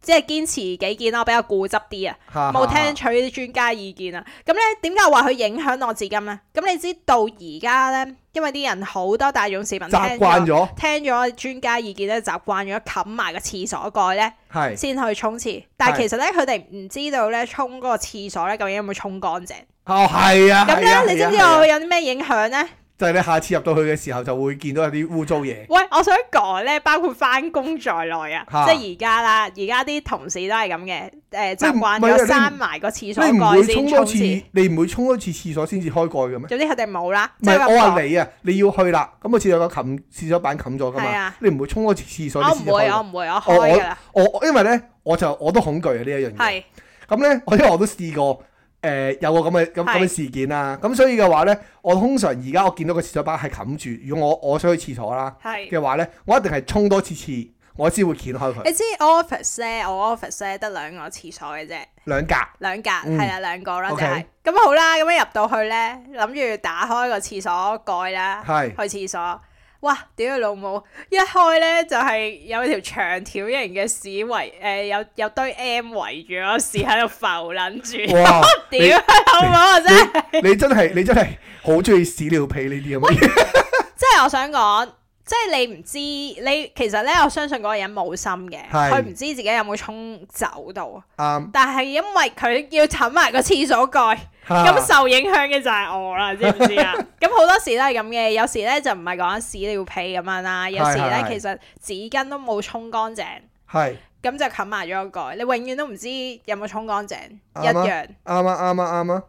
即係堅持己見啦，我比較固執啲啊，哈冇哈聽取啲專家意見啊。咁呢點解話佢影響我至今呢？咁你知道而家呢，因為啲人好多大眾市民聽習慣咗咗，聽咗專家意見咧，習慣咗冚埋個廁所蓋呢。係先去沖廁，但係係其實咧，佢哋唔知道咧沖嗰個廁所咧究竟有冇沖乾淨。哦係啊，咁係咧啊，你知唔知係啊我有啲咩影響咧？就係你下次入到去嘅時候就會見到有啲污糟嘢，喂，我想講咧，包括翻工在內啊，嚇即係而家啦，而家啲同事都係咁嘅，誒習慣唔係啊咗你閂埋個廁所你唔會蓋先沖沖多次廁。，你唔會沖多次廁所先至開蓋嘅咩？總之佢哋冇啦，唔即係係我咁話講。你啊，你要去啦，咁個廁所個冚廁所板冚咗噶係嘛啊，你唔會沖多次廁所我你唔先至會，哦開㗎。我唔會，我我開㗎啦，我我因為咧，我就我都恐懼啊呢一樣嘢。係咁咧，我因為我都試過誒、呃有個咁嘅咁咁嘅係事件啦。咁所以嘅話咧，我通常而家我見到個廁所板係冚住，如果我我想去廁所啦係。嘅話咧，我一定係沖多次廁，我先會掀開佢 你知 office 咧，我 office 咧得兩個廁所嘅啫。兩 格。兩格嗯係啦，兩個啦就 OK 係咁好啦，咁樣入到去咧，諗住打開個廁所蓋啦，係去廁所，哇！屌佢老母，一開咧就係有條長條形嘅屎圍，誒有有堆 M 圍住嗰個屎喺度浮撚住，哇！ 屌佢老母啊！真係，你真係你真係好中意屎尿屁呢啲咁嘅嘢，即係我想講。即係你唔知，你其實咧，我相信嗰個人冇心嘅，係佢唔知自己有冇沖走到，啱但係因為佢要冚埋個廁所蓋，咁嚇受影響嘅就係我啦，知唔 知啊？咁好多時都係咁嘅，有時咧就唔係講屎尿屁咁樣啦，有時咧係其實紙巾都冇沖乾淨，係咁就冚埋咗個蓋，你永遠都唔知有冇沖乾淨，啱啊一樣啱啊啱啊啱啊！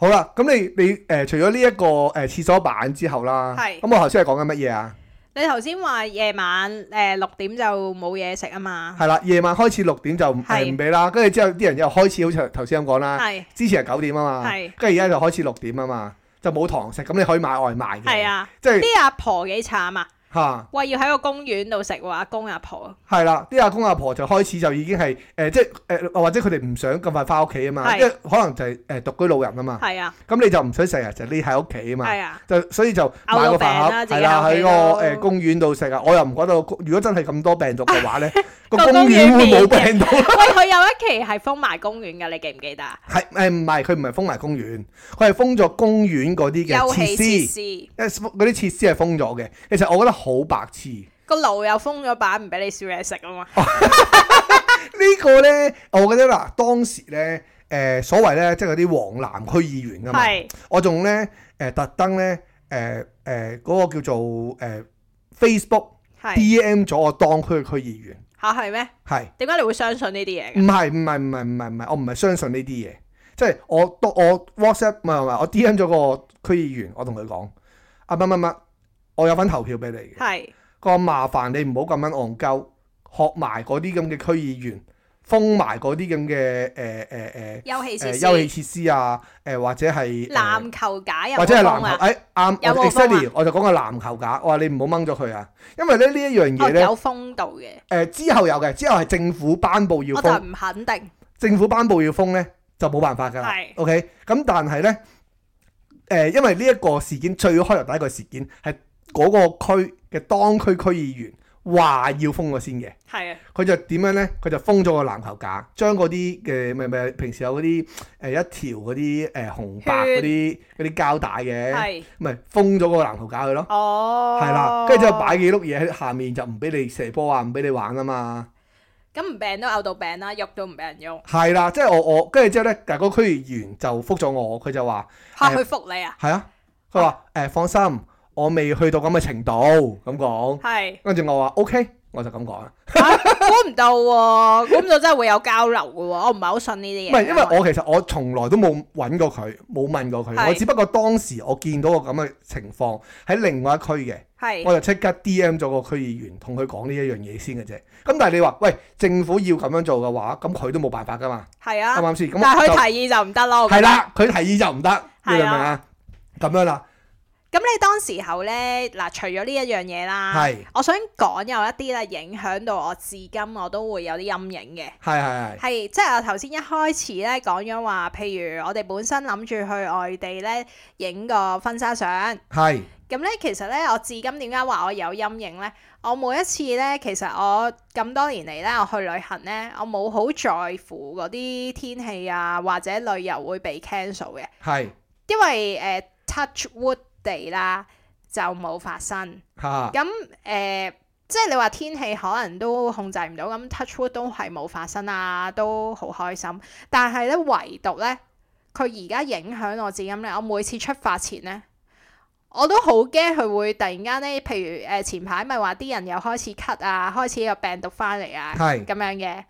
好啦，咁你你誒、除咗呢一個誒、廁所板之後啦，係嗯咁我頭先係講緊乜嘢啊？你頭先話夜晚誒六點就冇嘢食啊嘛，係啦，夜晚開始六點就唔呃係唔俾啦，跟住之後啲人又開始好似頭先咁講啦，係之前係九點啊嘛係，跟住而家就開始六點啊嘛，就冇堂食，咁你可以買外賣嘅，係，啊，即係啲阿婆幾慘啊！嚇喂，要喺個公園度食喎，阿公阿婆係啦，啲阿公阿婆就開始就已經係誒、呃即係誒、或者佢哋唔想咁快翻屋企啊嘛，係因為可能就係、誒、獨居老人啊嘛，係啊，咁你就唔想成日就匿喺屋企啊嘛。係啊，就所以就買個飯盒，牛肉餅啦自係己啦，喺屋喺企個咯誒公園度食啊！我又唔覺得個，如果真係咁多病毒嘅話 咧，個個公公園園會冇面病毒。喂，佢有一期係封埋公園㗎，你記唔記得啊？係誒唔係，佢唔係封埋公園，佢係封咗公園嗰啲休嘅設憩施，設施。誒嗰啲設施係封咗嘅。其實我覺得好白痴，呢個爐又封咗板，唔俾你燒嘢食啊嘛。個咧，我覺得嗱，當時咧誒所謂咧，即係嗰啲黃南區議員啊嘛，係我仲咧誒特登咧誒誒嗰個叫做誒 Facebook 係 DM 咗我當區嘅區議員，嚇係咩？係。點解你會相信呢啲嘢嘅？唔係唔係唔係唔係唔係，我唔係相信呢啲嘢，即係我當我 WhatsApp 唔係唔係，我 DM 咗個區議員，我同佢講啊乜乜乜，我有份投票俾你嘅，係個麻煩你唔好咁樣戇鳩，學埋嗰啲咁嘅區議員，封埋嗰啲咁嘅呃誒誒休憩誒誒設呃休憩施、設施啊，誒、或者係、呃籃球架又或者係冇籃封啊球，誒哎啱、有我冇封啊 exactly，我就講個籃球架，我話你唔好掹咗佢啊，因為咧呢一樣嘢哦咧，誒、有封度嘅，之後有嘅，之後係政府頒布要我封就。唔肯定。政府頒布要封咧，就冇辦法㗎啦係。 OK，咁但係咧，誒、因為呢一個事件最開頭第一個事件係嗰個區嘅當區區議員話要封咗先嘅，係啊，佢就點樣咧？佢就封咗個籃球架，將嗰啲嘅咪咪平時有嗰啲誒一條嗰啲誒紅白嗰啲嗰啲膠帶嘅，係咪封咗個籃球架佢咯。哦，係啦，跟住就擺幾碌嘢喺下面，就唔俾你射波啊，唔俾你玩啊嘛。咁唔病都嘔到病啦，喐都唔俾人喐。係啦，即係我我跟住之後咧，但係嗰個區議員就覆咗我，佢就話嚇誒佢覆你啊？係啊，佢話誒放心，我未去到咁嘅程度咁講，係跟住我話 OK，我就咁講啦。估唔到喎，估唔到真係會有交流嘅喎，我唔係好信呢唔啲嘢。係因為我其實我從來都冇揾過佢，冇問過佢，啊係我只不過當時我見到個咁嘅情況喺另外一區嘅。係我就即刻 D.M 咗個區議員，同佢講呢一樣嘢先嘅啫。咁但係你話，喂，政府要咁樣做嘅話，咁佢都冇辦法噶嘛，係啱唔啊，啱先？咁但係就佢提議就唔得咯。我覺得係，啦，佢提議就唔得，你明唔明啊？咁樣啦，咁你當時候咧嗱，除咗呢一樣嘢啦，係我想講有一啲咧影響到我至今我都會有啲陰影嘅。係係係係，即係我頭先一開始咧講咗話，譬如我哋本身諗住去外地咧影個婚紗相，係咁咧其實咧我至今點解話我有陰影咧？我每一次咧，其實我咁多年嚟咧，我去旅行咧，我冇好在乎嗰啲天氣啊，或者旅遊會被 cancel 嘅，係因為誒、呃 touch wood 地啦就冇發生。嚇咁誒、呃即係你話天氣可能都控制唔到，咁 touch wood 都係冇發生啊，都好開心。但係咧，唯獨咧，佢而家影響我至今咧，我每次出發前咧，我都好驚佢會突然間咧，譬如誒、呃前排咪話啲人又開始咳啊，開始有病毒翻嚟啊，係咁樣嘅。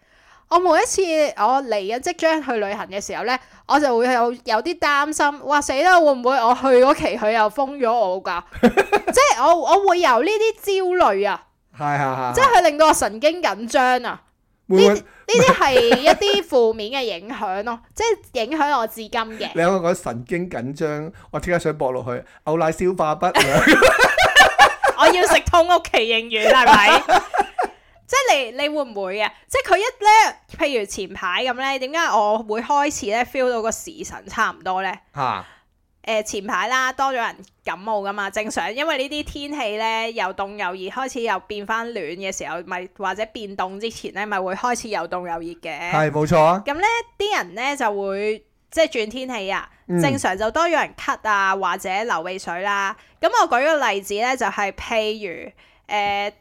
我每一次我嚟緊即將去旅行嘅時候呢，我就會有有啲擔心，哇死啦！會唔會我去嗰期佢又封咗我㗎？即係我我會有呢啲焦慮啊，係係即係，係佢令到我神經緊張啊！會唔會呢啲係一啲負面嘅影響咯，即係影響我至今嘅。你有冇講神經緊張？我即刻想駁落去，牛奶消化不 良，我要食通屋企應丸係咪？即係你你會唔會啊？即係佢一咧，譬如前排咁咧，點解我會開始咧 feel 到個時辰差唔多咧？嚇誒、前排啦，多咗人感冒噶嘛，正常，因為呢啲天氣咧又凍又熱，開始又變翻暖嘅時候，咪或者變凍之前咧，咪會開始又凍又熱嘅。係冇錯啊，咁咧，啲人咧就會即係轉天氣啊，嗯正常就多咗人咳啊，或者流鼻水啦。咁我舉個例子咧，就係、譬如誒啲、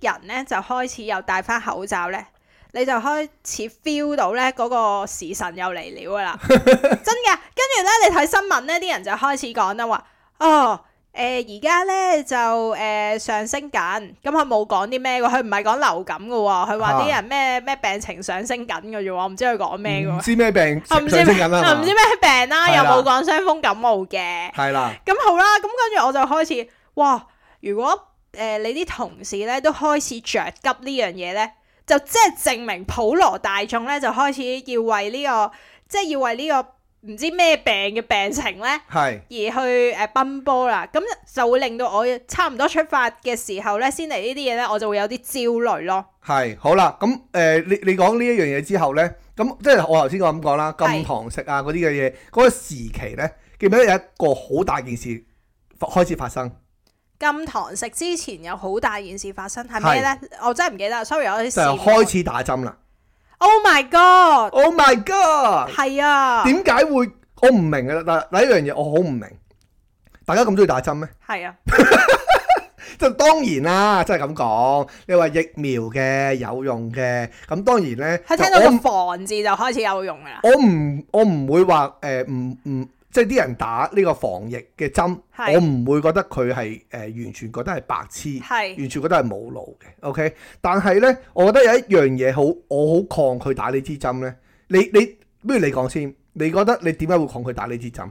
人咧就開始又戴翻口罩咧，你就開始 feel 到咧嗰、個時辰又嚟了噶啦，真嘅。跟住咧，你睇新聞咧，啲人就開始講啦話，哦。誒而家咧就誒、上升緊，咁佢冇講啲咩喎，佢唔係講流感嘅喎，佢話啲啊人咩咩病情上升緊嘅啫喎，我唔知佢講咩嘅唔 喎。知咩病啊上唔知升咩緊 啊唔啦知，咩病啦，係又啦冇講傷風感冒嘅。係啦，咁好啦，咁跟住我就開始，哇！如果誒、呃你啲同事咧都開始着急呢樣嘢咧，就即係證明普羅大眾咧就開始要為呢、個即係要為呢、個唔知咩病嘅病情咧。係而去誒、呃奔波啦，咁就會令到我差唔多出發嘅時候咧，先嚟呢啲嘢咧，我就會有啲焦慮咯。係好啦，咁誒、呃你你講呢一樣嘢之後咧，咁即係我頭先咁講啦，禁係堂食啊嗰啲嘅嘢，嗰、個時期咧，記唔記得有一個好大件事發開始發生？禁堂食之前有好大件事發生，係咩咧？我真係唔記得，sorry，我啲就係開始打針啦。 Oh my god！ Oh my god！係啊，點解會我唔明嘅啦？嗱，第一樣嘢我好唔明，大家咁中意打針咩？係啊，就當然啦，即係咁講。你話疫苗嘅有用嘅，咁當然咧，佢聽就我到唔個防字就開始有用噶啦。我唔我唔會話誒唔唔，即係啲人打呢個防疫嘅針，係我唔會覺得佢係誒完全覺得係白痴，係完全覺得係冇腦嘅。OK，但係咧，我覺得有一樣嘢好，我好抗拒打呢支針咧。你你不如你講先，你覺得你點解會抗拒打呢支針？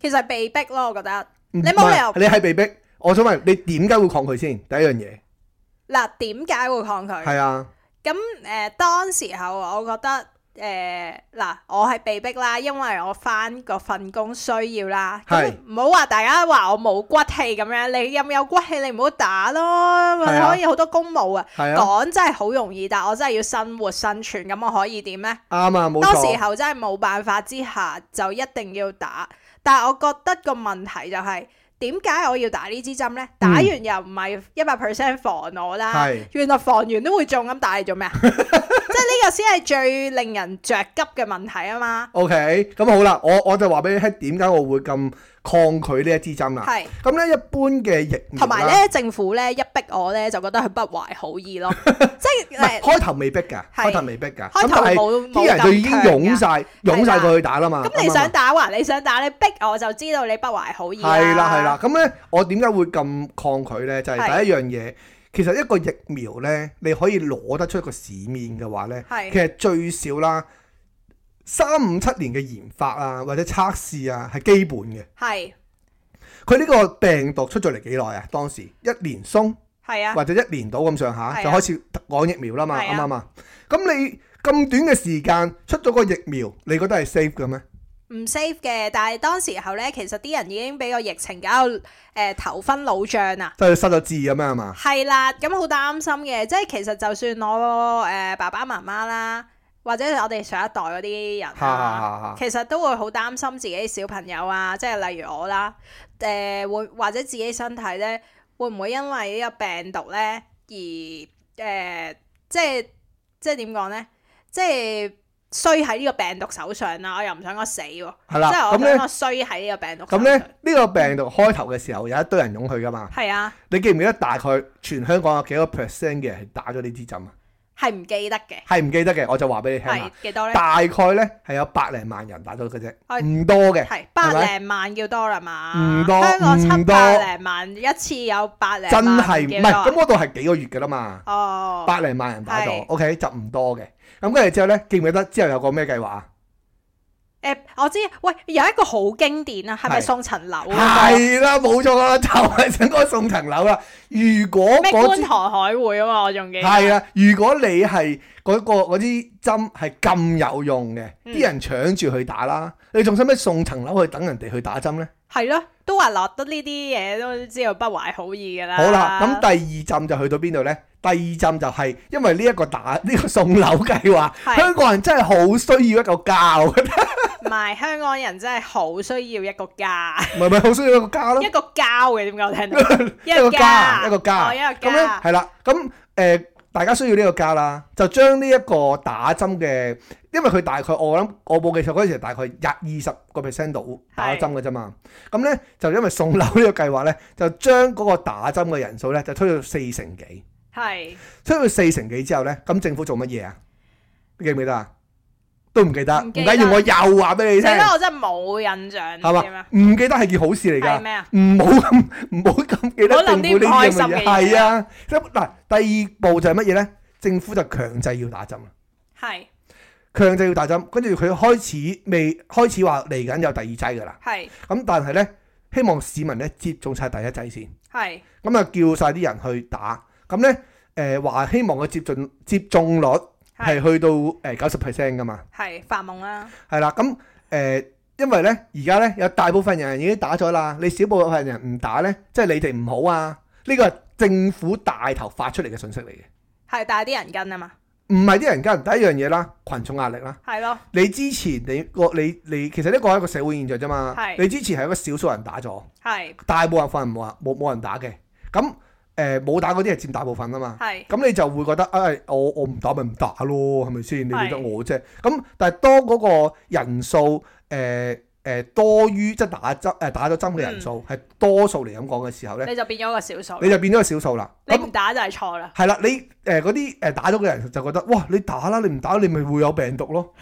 其實被逼咯，我覺得你冇理由你嗯係被逼。我想問你點解會抗拒先？第一樣嘢嗱，點解會抗拒？係啊，咁誒、呃，當時候我覺得誒嗱、我係被逼啦，因為我翻嗰份工需要啦。咁係唔好話大家話我冇骨氣咁樣，你有唔有骨氣你唔好打咯，係啊可以好多公務啊。係啊，講真係好容易，但我真係要生活生存，咁我可以點呢？啱啊，冇當時錯，候真係冇辦法之下，就一定要打。但係我覺得個問題就係點解我要打呢支針呢？打完又唔係一百 percent 防我啦，嗯係 原來防完都會中，咁打嚟做咩啊？即係呢個先係最令人着急嘅問題啊嘛。 OK，咁好啦，我我就話俾你聽點解我會咁抗拒呢一支針啦。係，咁咧一般嘅疫苗同埋啊啦，咧，政府咧一逼我咧，就覺得佢不懷好意 咯。即唔係係誒開頭未逼㗎，係開頭未逼㗎，開咁頭但係冇冇啲人就已經湧咁強㗎。晒湧晒過去打啦嘛。咁啊啱你唔啱想打還你想打，你逼我就知道你不懷好意啊啦。係啦係啦，咁咧我點解會咁抗拒咧？就係、係第一樣嘢，其實一個疫苗咧，你可以攞得出一個市面嘅話咧，係其實最少啦三五七年嘅研發啊，或者測試啊係基本嘅。係佢呢個病毒出咗嚟幾耐啊？當時一年鬆係啊，或者一年到咁上係啊下就開始講疫苗啦嘛，係啱啊唔啱啊？咁你咁短嘅時間出咗個疫苗，你覺得係 safe 嘅咩？唔 safe 嘅。但係當時候咧，其實啲人已經俾個疫情搞到誒頭昏腦脹啊。即係失咗智咁樣係嘛？係啦，咁好擔心嘅，即係其實就算我誒、呃爸爸媽媽啦，或者我哋上一代嗰啲人哈哈啊，哈哈！其實都會好擔心自己小朋友啊，即係例如我啦，誒、會或者自己身體咧，會唔會因為呢個病毒咧而誒、呃即係即係點講咧，即係衰喺呢個病毒手上啊啦，我又唔想我死喎，係即係啦，我咁咧想。我衰喺呢個病毒咁手咧，上，呢個病毒開頭嘅時候有一堆人湧去噶嘛？係啊，你記唔記得大概全香港有幾多 percent 嘅人係打咗呢支針啊？係唔記得嘅，係唔記得嘅，我就話俾你聽係啦。幾多咧？大概咧係有百零萬人打咗嘅啫，係唔多嘅。係係咪百零萬叫多啦嘛，唔多香港七唔多百零萬一次有百零真萬係唔係叫多啊咁嗰度係幾個月㗎啦嘛，哦，百零萬人打咗係，OK 就唔多嘅。咁跟住之後咧，記唔記得之後有個咩計劃啊？誒，我知，喂，有一個好經典啊，係咪係送層樓啊？係啦，冇錯啦，就係想講送層樓啦。如果咩嗰觀支塘海匯啊嘛，我仲記得係啦，如果你係嗰、個嗰啲針係咁有用嘅，嗯啲人搶住去打啦，你仲使唔使送層樓去等人哋去打針呢？係咯，都話落得呢啲嘢都知道不懷好意㗎啦。好啦，咁第二浸就去到邊度呢？第二浸就係因為呢一個打 呢、個送樓計劃，係香港人真係好需要一個家，我覺得唔係香港人真係好需要一個家，唔係唔係好需要一個家咯一，個交嘅點解我 聽到一一個家一個家哦一個咁咧家係啦，咁誒、呃大家需要呢個家啦，就將呢一個打針嘅，因為佢大概我諗我冇記錯嗰陣時大概廿二十個 percent 度打針嘅啫嘛，咁咧就因為送樓呢個計劃咧，就將嗰個打針嘅人數咧就推到四成幾，係推到四成幾之後咧，咁政府做乜嘢啊？你記唔記得啊？都唔記得，唔唔記緊要，得我又話俾你聽啊死，啦！我真係冇印象，係點嘛啊？？唔記得係件好事嚟㗎係。咩啊？唔好咁唔好咁記得政府呢啲咁嘅嘢，係啊。咁嗱，第二步就係乜嘢咧？政府就強制要打針啦，係強制要打針，跟住佢開始未開始話嚟緊有第二劑噶啦。係咁但係咧，希望市民咧接種晒第一劑先，係咁啊叫晒啲人去打。咁咧誒話希望個接種接種率係係去到誒九十 percent 噶嘛，係發夢啦，係啦。咁誒、呃因為咧而家咧有大部分人已經打咗啦，你少部分人唔打咧，即係你哋唔好啊。呢個係政府帶頭發出嚟嘅信息嚟嘅，係但係啲人跟啊嘛，唔係啲人跟人第一樣嘢啦，群眾壓力啦。係咯，你之前你個你你其實呢個係一個社會現象啫嘛係。你之前係一個少數人打咗，係大部分人冇人冇冇人打嘅。咁誒冇打嗰啲係佔大部分啊嘛。係咁你就會覺得，唉、我我唔打咪唔打咯，係咪先？你係理得我啫。咁但係當嗰個人數，誒、誒、多於即係打針誒、呃打咗針嘅人數係、多數嚟咁講嘅時候咧，嗯你就變咗個少數你，就變咗個少數啦。你咁唔打就係錯啦，係啦，你誒嗰啲誒打咗嘅人就覺得，哇！你打啦，你唔打你咪會有病毒咯，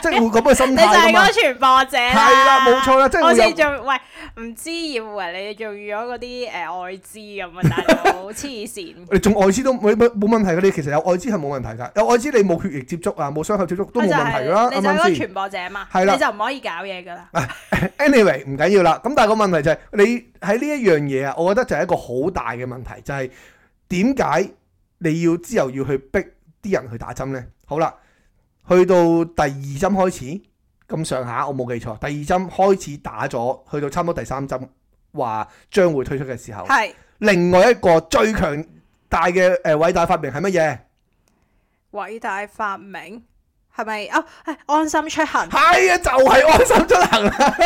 即係會咁嘅你心就係態㗎嗰嘛個。傳播者啦，係啦，冇錯啦，即係好會似有。仲喂唔知以為你仲遇咗嗰啲誒愛滋咁啊，大 佬黐線，你仲艾滋都冇冇冇問題嘅，你其實有艾滋係冇問題㗎，有艾滋你冇血液接觸啊，冇傷口接觸都冇問題㗎啦，佢就啱係唔你就係啱嗰個先？傳播者嘛，係啦你就唔可以搞嘢噶啦， anyway 唔緊要啦，咁但係個問題就係、你喺呢一樣嘢啊，我覺得就係一個好大嘅問題，就係點解你要之後要去逼啲人去打針呢？好啦，去到第二針開始咁上下，我冇記錯，第二針開始打咗，去到差唔多第三針話將會推出嘅時候，係另外一個最強大嘅誒偉大發明係乜嘢？偉大發明係咪啊？哎安心出行。係啊，就係、安心出行啦，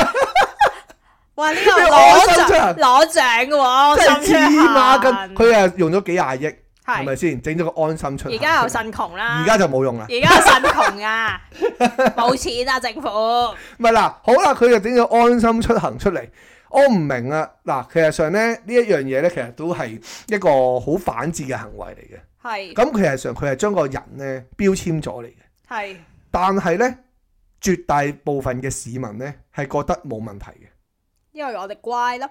哇！呢、呢個個攞安心出行獎攞獎嘅喎，即係安心出黐孖行筋，佢啊用咗幾廿億。係係咪先？整咗個安心出行出而嚟。家又腎窮啦，而家就冇用啦。而家腎窮啊，冇錢啊，政府唔係嗱，好啦，佢就整咗安心出行出嚟。我唔明啊，嗱，其實上咧呢一樣嘢咧，其實都係一個好反智嘅行為嚟嘅。係咁其實上佢係將個人咧標籤咗嚟嘅，係但係咧絕大部分嘅市民咧係覺得冇問題嘅。因為我哋乖咯，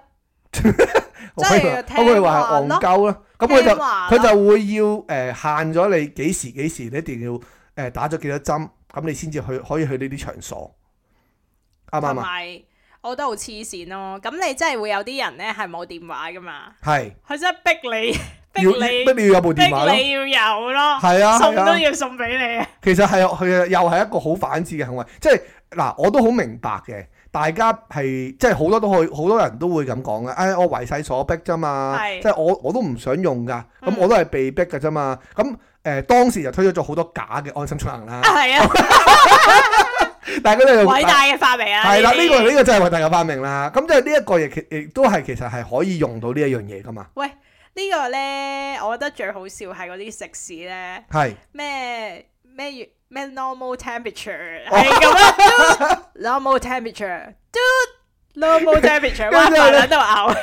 我可以即係話聽可唔可以話係話咯戇鳩啦？咁佢就聽話佢就咯會要誒、呃限咗你幾時幾時，你一定要誒、呃打咗幾多針，咁你先至去可以去呢啲場所，啱唔同啱啊？埋我覺得好黐線咯。咁你真係會有啲人咧係冇電話噶嘛，係佢真係逼你逼要你逼你要有部電話咯逼，你要有咯，係啊送係都啊，要送俾你啊，其實係佢又係一個好反智嘅行為，即係嗱我都好明白嘅。大家係即係好多都去，好多人都會咁講嘅。誒、哎，我為勢所逼啫嘛，係即係我我都唔想用㗎，咁嗯我都係被逼㗎啫嘛。咁誒、呃、當時就推咗咗好多假嘅安心出行啦。 係啊，但係佢哋又偉大嘅發明啊，係啦，呢個呢個個真係偉大嘅發明啦。咁即係呢一個亦其亦都係其實係可以用到呢一樣嘢噶嘛。呢個咧，我覺得最好笑係嗰啲食肆咧。係咩咩月咩 normal temperature 係咁 啊，normal temperature，嘟 normal temperature，哇，跟住呢喺度嘔，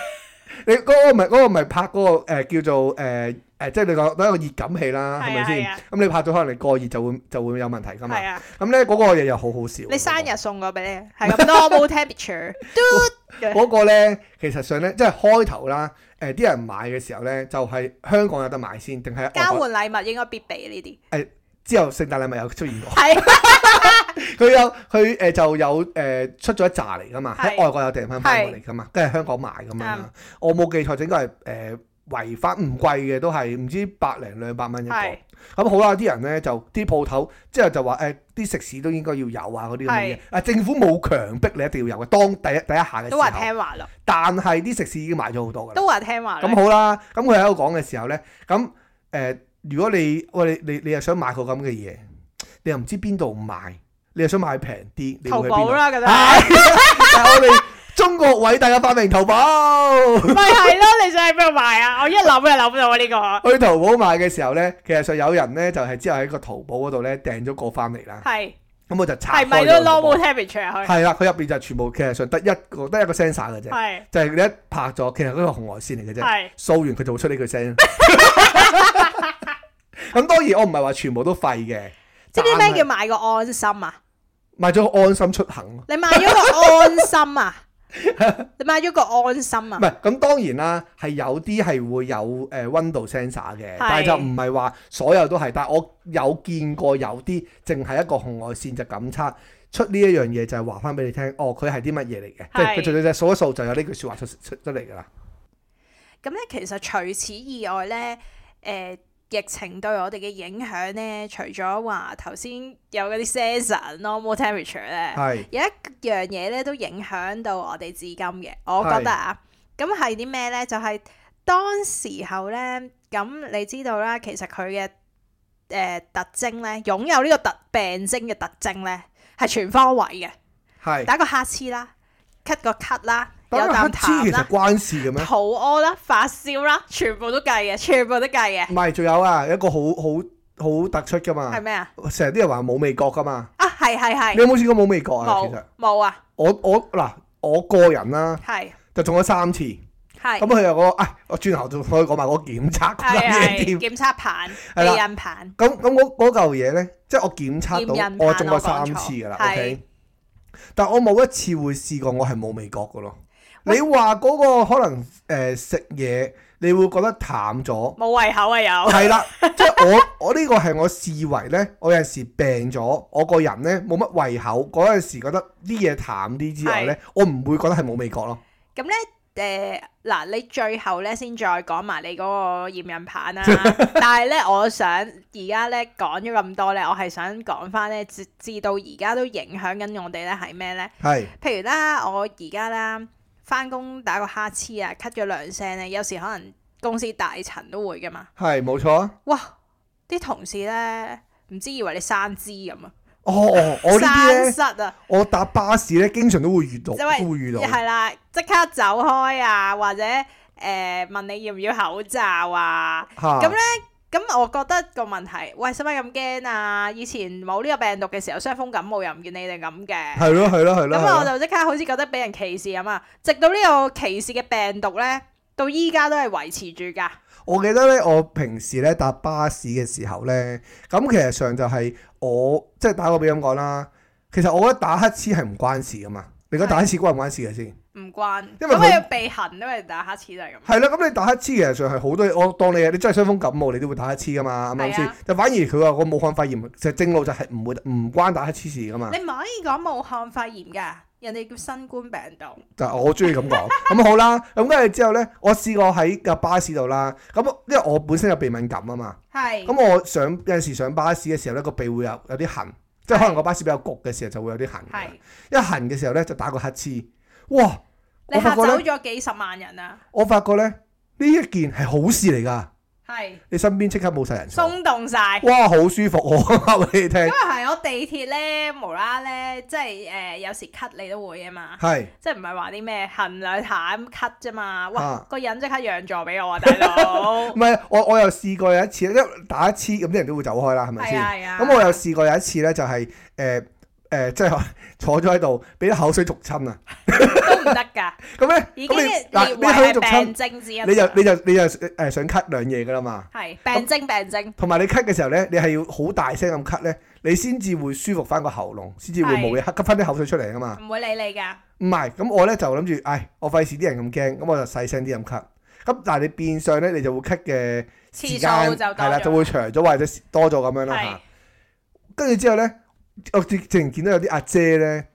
你嗰個咪嗰個咪拍嗰個誒叫做誒誒，即係你講到一個熱感器啦，係咪係先啊係啊？咁你拍咗可能你過熱就會就會有問題噶嘛係。啊，咁咧嗰個嘢又好好笑。你生日送個俾你，係咁 normal temperature，嘟嘅，嗰個咧，其實上咧即係開頭啦，誒啲人買嘅時候咧，就係香港有得買先，定係外交國換禮物應該必備呢啲，之後聖誕禮物有出現過。 係佢有佢誒、呃就有誒、呃出咗一紮嚟噶嘛，喺係外國有訂翻翻過嚟噶嘛，跟住香港買咁樣啦。我冇記錯，應該係誒圍翻唔貴嘅，都係唔知百零兩百蚊一個。係咁好啦，啲人咧就啲鋪頭之後就話誒啲食肆都應該要有啊嗰啲咁嘅嘢係。啊政府冇強迫你一定要有嘅，當第一第一下嘅時都話候，聽話咯，但係啲食肆已經買咗好多㗎啦。都話聽話咁咯，好啦，咁佢喺度講嘅時候咧，咁誒、呃如果你喂你你你又想買個咁嘅嘢，你又唔知邊度買，你又想買平啲，你淘會去寶邊度？啦咁 樣，係，但係我哋中國偉大嘅發明淘寶， 咪係咯，你想喺邊度買啊？我一諗就諗到啊呢 個，去淘寶買嘅時候咧，其實上有人咧就係之後喺個淘寶嗰度咧訂咗個翻嚟啦，係咁我就拆係咪開都咗個包 normal temperature 佢？係啦，佢入邊就全部其實上得一個得一個 sensor 嘅啫，係就係你一拍咗，其實嗰個紅外線嚟嘅啫。係掃完佢就會出呢句 聲。咁當然我唔係話全部都廢嘅，知唔知但咩係叫買個安心啊？買咗個安心出行咯？你買咗個安心啊！ 你買咗個安心唔啊！係咁當然啦，係有啲係會有誒温度 sensor 嘅，但係就唔係話所有都係。但係我有見過有啲淨係一個紅外線就咁測出呢一樣嘢，就係話翻俾你聽，哦佢係啲乜嘢嚟嘅，即係係佢最最數一數就有呢句説話出出出嚟㗎啦。咁咧，其實除此以外咧，誒、疫情對我哋嘅影響咧，除咗話頭先有嗰啲 season normal temperature 咧，係有一樣嘢咧都影響到我哋至今嘅，我係覺得啊，咁係啲咩咧？就係、當時候咧，咁你知道啦，其實佢嘅誒特徵咧，擁有呢個特病徵嘅特徵咧，係全方位嘅。係。打個乞嗤啦，咳個咳啦，有但係啖黑黐痰其實啦，關事嘅咩？肚屙啦，發燒啦，全部都計嘅，全部都計嘅，唔係，仲有啊，有一個好好好突出㗎嘛係。咩啊？成日啲人話冇味覺噶嘛，啊，係係你係，有冇試過冇味覺啊？其實冇冇啊，我我嗱，我個人啦、係就中咗三次，咁係佢又嗰個，唉，我轉頭仲可以講埋嗰個檢測嗰係單嘢係添。檢測棒、係啦避孕棒，咁咁嗰嗰嚿嘢咧，即係我檢測驗孕到棒我中咗我講三錯次㗎啦係，OK。但我冇一次會試過我係冇味覺㗎咯。你話嗰個可能誒、呃食嘢，你會覺得淡咗，冇胃口啊有，係啦，即係我 我呢個係我視為呢。我有陣時病咗，我個人呢冇乜胃口，嗰陣時覺得啲嘢淡啲之外呢，我唔會覺得係冇味覺咯。咁咧。誒嗱、你最後咧先再講埋你嗰個驗孕 棒啦，但係咧，我想而家咧講咗咁多咧，我係想講翻咧，至至到而家都影響緊我哋咧係咩咧？係譬如啦，我而家啦翻工打個乞嗤啊，咳咗兩聲咧，有時可能公司大層都會噶嘛。係冇錯啊！哇！啲同事咧唔知以為你生枝咁啊，哦，哦我呢啲呢，生虱啊，我搭巴士呢，經常都會遇到，因為都會遇到。係啦，即刻走開啊，或者誒、呃、問你要唔要口罩啊，嚇咁呢咁我覺得個問題，喂，使乜咁驚啊？以前冇呢個病毒嘅時候，傷風感冒又唔見你哋咁嘅。係咯係咯係咯。係咁我咯就即刻好似覺得俾人歧視咁啊！直到呢個歧視嘅病毒咧，到依家都係維持住㗎。我記得咧，我平時咧搭巴士嘅時候咧，咁其實上就係我即係打個比咁講啦。其實我覺得打乞嗤係唔關事噶嘛。你覺得打乞嗤關唔關事嘅先？唔關，因為咁佢你要避痕，因為打乞嗤就係咁。係啦，咁你打乞嗤其實上係好多嘢。我當你你真係傷風感冒，你都會打乞嗤噶嘛，啱唔啱係先啊？就反而佢話個武漢肺炎就正路就係唔會唔關打乞嗤事噶嘛。你唔可以講武漢肺炎㗎，人哋叫新冠病毒。就係我中意咁講。 咁好啦，咁跟住之後呢，我試過喺架巴士度啦。咁因為我本身有鼻敏感啊嘛，係。咁我上有陣時上巴士嘅時候呢，個鼻會有有啲痕，即係可能個巴士比較焗嘅時候就會有啲痕。係。一痕嘅時候呢，就打個乞嗤。哇！我你發嚇覺走呢，咗幾十萬人啊！我發覺呢，呢一件係好事嚟㗎。係你身邊即刻冇晒人數，鬆動晒。哇！好舒服我話俾你聽因，為係我地鐵咧無啦咧，即係誒、呃有時咳你都會啊嘛，係即係唔係話啲咩痕兩下咁咳啫嘛，哇、啊個人即刻讓座俾我啊大佬 唔，係？我我又試過有一次，因為打乞嗤咁啲人都會走開啦，係咪係先？啊係啊，咁我又試過有一次咧，就係誒誒，即係 坐咗喺度，俾啲口水逐親啊！都唔得㗎，咁咧，已咁經你列嗱，為俾口水逐係親，病徵之一，你就你就你就誒想咳兩嘢噶啦嘛。係病徵病徵，同埋你咳嘅時候咧，你係要好大聲咁咳咧，你先至會舒服翻個喉嚨，先至會冇嘢咳，咳翻啲口水出嚟啊嘛。唔會理你㗎，唔係，咁我咧就諗住，唉，我費事啲人咁驚，咁我就細聲啲咁咳。咁但係你變相咧，你就會咳嘅次時數間就多係啦，就會咗，長咗或者多咗咁樣啦嚇係。跟住之後咧，我直情見到有啲阿姐咧，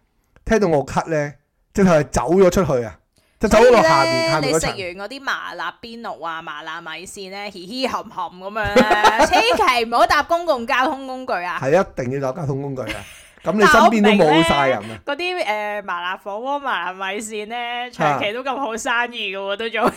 聽到我咳咧，直頭係走咗出去啊，就走所以咗落下面咧下，面嗰你食層。完嗰啲麻辣邊爐啊、麻辣米線咧，嘻嘻含含咁 樣咧，千祈唔好搭公共交通工具啊！係一定要搭交通工具 啊！咁你但身我邊都冇明晒咧人啊！嗰啲誒麻辣火鍋、麻辣米線咧，長期都咁好生意嘅喎，都做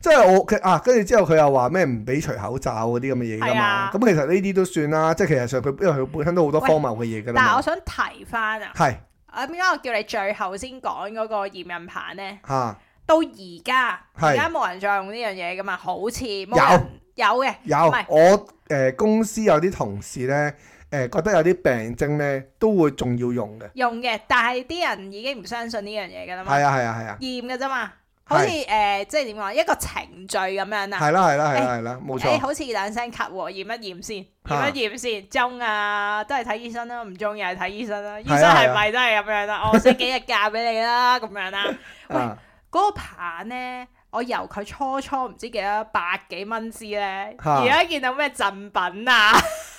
即係我佢啊，跟住之後佢又話咩唔俾除口罩嗰啲咁嘅嘢㗎係嘛。啊咁其實呢啲都算啦，即係其實上佢因為佢本身都好多荒謬嘅嘢㗎但係啦我嘛。想提翻啊，係啊點解我叫你最後先講嗰個驗孕棒咧？嚇到而家係而家冇人再用呢樣嘢噶嘛？好似冇有人有嘅，有唔係我誒公司有啲同事咧誒覺得有啲病徵咧都會仲要用嘅。用嘅，但係啲人已經唔相信呢樣嘢噶啦嘛，係啊係啊係啊，驗嘅啫嘛，好似誒即係點講一個程序咁樣啊。係啦係啦係啦係啦，冇誒、錯。好似兩聲咳喎，驗一驗先，啊驗一驗先，中啊，都係睇醫生啦，唔中又係睇醫生啦，醫係啊生係咪都係咁樣啦？我請幾日假俾你啦，咁樣啦。喂啊 嗰、個棒咧，我由佢初初唔知幾多百幾蚊支咧，嚇而家見到咩贈品啊，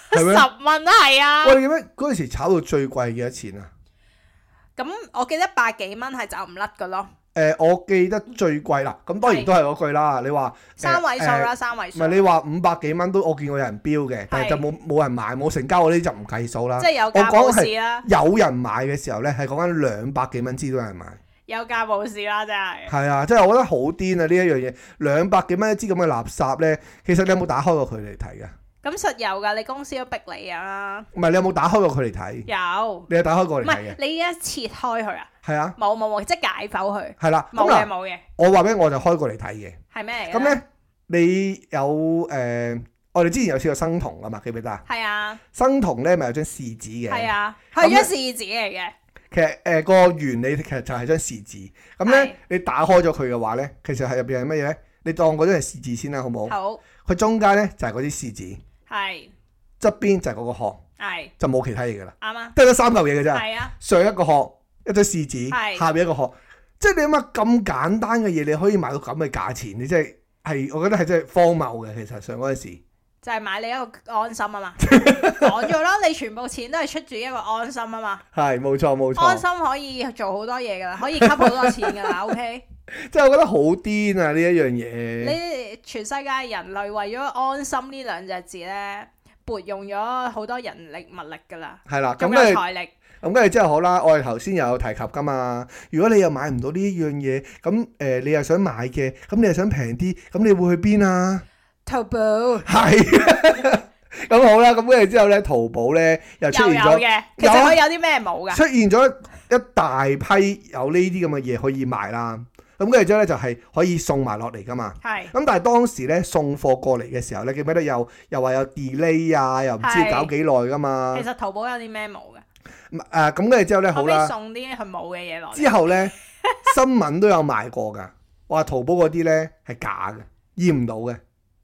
係 十咩蚊係啊。喂，你記唔記得嗰陣時炒到最貴幾多錢啊？咁我記得百幾蚊係走唔甩噶咯，誒、呃我記得最貴啦，咁當然都係嗰句啦。你話誒三位數誒啦，三位唔數係，你話五百幾蚊都我見過有人標嘅，但係就冇冇人買冇成交，我呢啲就唔計數啦即。係有啊我價講冇係市啦，有人買嘅時候咧，係講緊兩百幾蚊支都有人買，有價冇市啦，真係。係啊，即係我覺得好癲啊！呢一樣嘢兩百幾蚊一支咁嘅垃圾咧，其實你有冇打開過佢嚟睇㗎？咁實有㗎，你公司都逼你啊，唔係你有冇打開過佢嚟睇？有。你有打開過唔嚟睇係嘅，你依家切開佢啊？係啊，冇冇冇，即係解剖佢，啊係啦。冇咁嘅嗱，冇嘅，我話俾我就開過嚟睇嘅。係啊咩嚟嘅？咁咧，你有誒、我哋之前有試過生酮噶嘛，記唔記得啊？係啊生酮咧咪有張試紙嘅，係啊，咁佢係張試紙嚟嘅，其實誒、個原理其實就係張試紙。咁咧係，你打開咗佢嘅話咧，其實係入邊係乜嘢咧？你當嗰張係試紙先啦，好冇？好佢中間咧就係嗰啲試紙，係側邊就係嗰個殼，係就冇其他嘢噶啦，啱啊，得咗三嚿嘢嘅咋。係啊上一個殼，一張試紙，係下邊一個殼，即係你諗下咁簡單嘅嘢，你可以賣到咁嘅價錢，你真係係我覺得係真係荒謬嘅。其實上嗰陣時。就係買你一個安心 啊嘛，講咗啦，你全部錢都係出住一個安心啊嘛，係冇錯冇安錯，心可以做好多嘢噶啦，可以吸好多錢噶啦，OK，即係我覺得好癲啊呢一樣嘢，你全世界人類為咗安心呢兩隻字咧，撥用咗好多人力物力噶啦，係啦，咁仲有跟住財力，咁跟住之後好啦，我哋頭先有提及噶嘛，如果你又買唔到呢一樣嘢，咁誒、呃你又想買嘅，咁你又想平啲，咁你會去邊啊？淘寶。係，咁好啦，咁跟住之後咧，淘寶咧又出又現有咗嘅，其實有啊佢有啲咩冇噶？出現咗一大批有呢啲咁嘅嘢可以賣啦，咁跟住之後咧就係可以送埋落嚟噶嘛。係咁但係當時咧送貨過嚟嘅時候咧，記唔記得又又話有 delay 啊，又唔知係搞幾耐噶嘛其？實淘寶有啲咩冇嘅，咁啊咁跟住之後咧，後好尾啦，送啲佢冇嘅嘢落嚟。之後咧新聞都有賣過㗎，話淘寶嗰啲咧係假嘅，驗唔到嘅，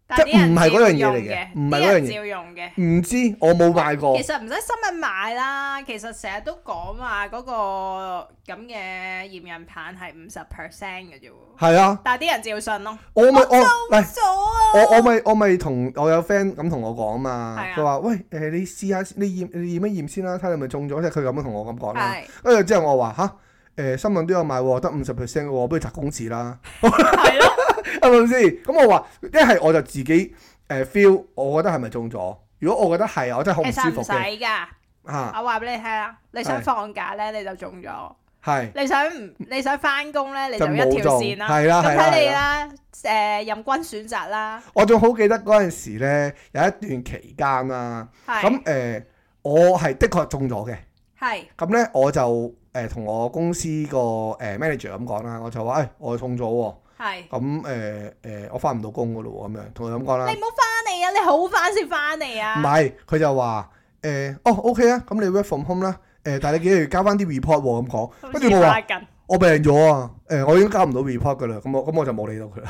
但係啲人即係唔係嗰樣嘢嚟嘅照用嘅唔係嗰啲樣人嘢照用嘅。唔知我冇買過其。實唔使新聞買啦，其實成日都講話嗰個咁嘅驗孕棒係五十 percent 嘅啫喎，係啊，但係啲人照信咯。我咪我嚟。咗啊！我我咪我咪同我有 friend 咁同我講嘛係啊，佢話喂誒、你試下你驗你驗一驗先啦，睇下你係咪中咗，即係佢咁樣同我咁講啦。係跟住之後我話吓誒新聞都有賣喎，得五十 percent 嘅喎，不如摘公子啦，係咯，係咪先？咁我話一係我就自己誒、feel，我覺得係咪中咗？如果我覺得係，我真係好其唔實舒唔服使嘅㗎。嚇，我話俾你聽啊，你想係放假咧你就中咗，係你想唔你想翻工咧你就就一冇條中，線啦。係啦咁係睇你啦。啦，誒任君選擇啦，我仲好記得嗰陣時咧，有一段期間啦，係咁誒、我係的確中咗嘅。係咁咧我就誒同、我公司個誒 manager 咁講啦，我就話誒、哎我送咗喎，係。咁誒誒我翻唔到工噶咯喎，咁樣同佢咁講啦你。唔好翻嚟啊！你好翻先翻嚟唔啊！係，佢就話誒、哦 OK 啊，咁你 work from home 啦。呃誒、但係你幾日要交翻啲 report 喎、咁講，跟住我話好似發緊我病咗啊，誒、我已經交唔到 report 噶啦，咁我咁我就冇理到佢啦。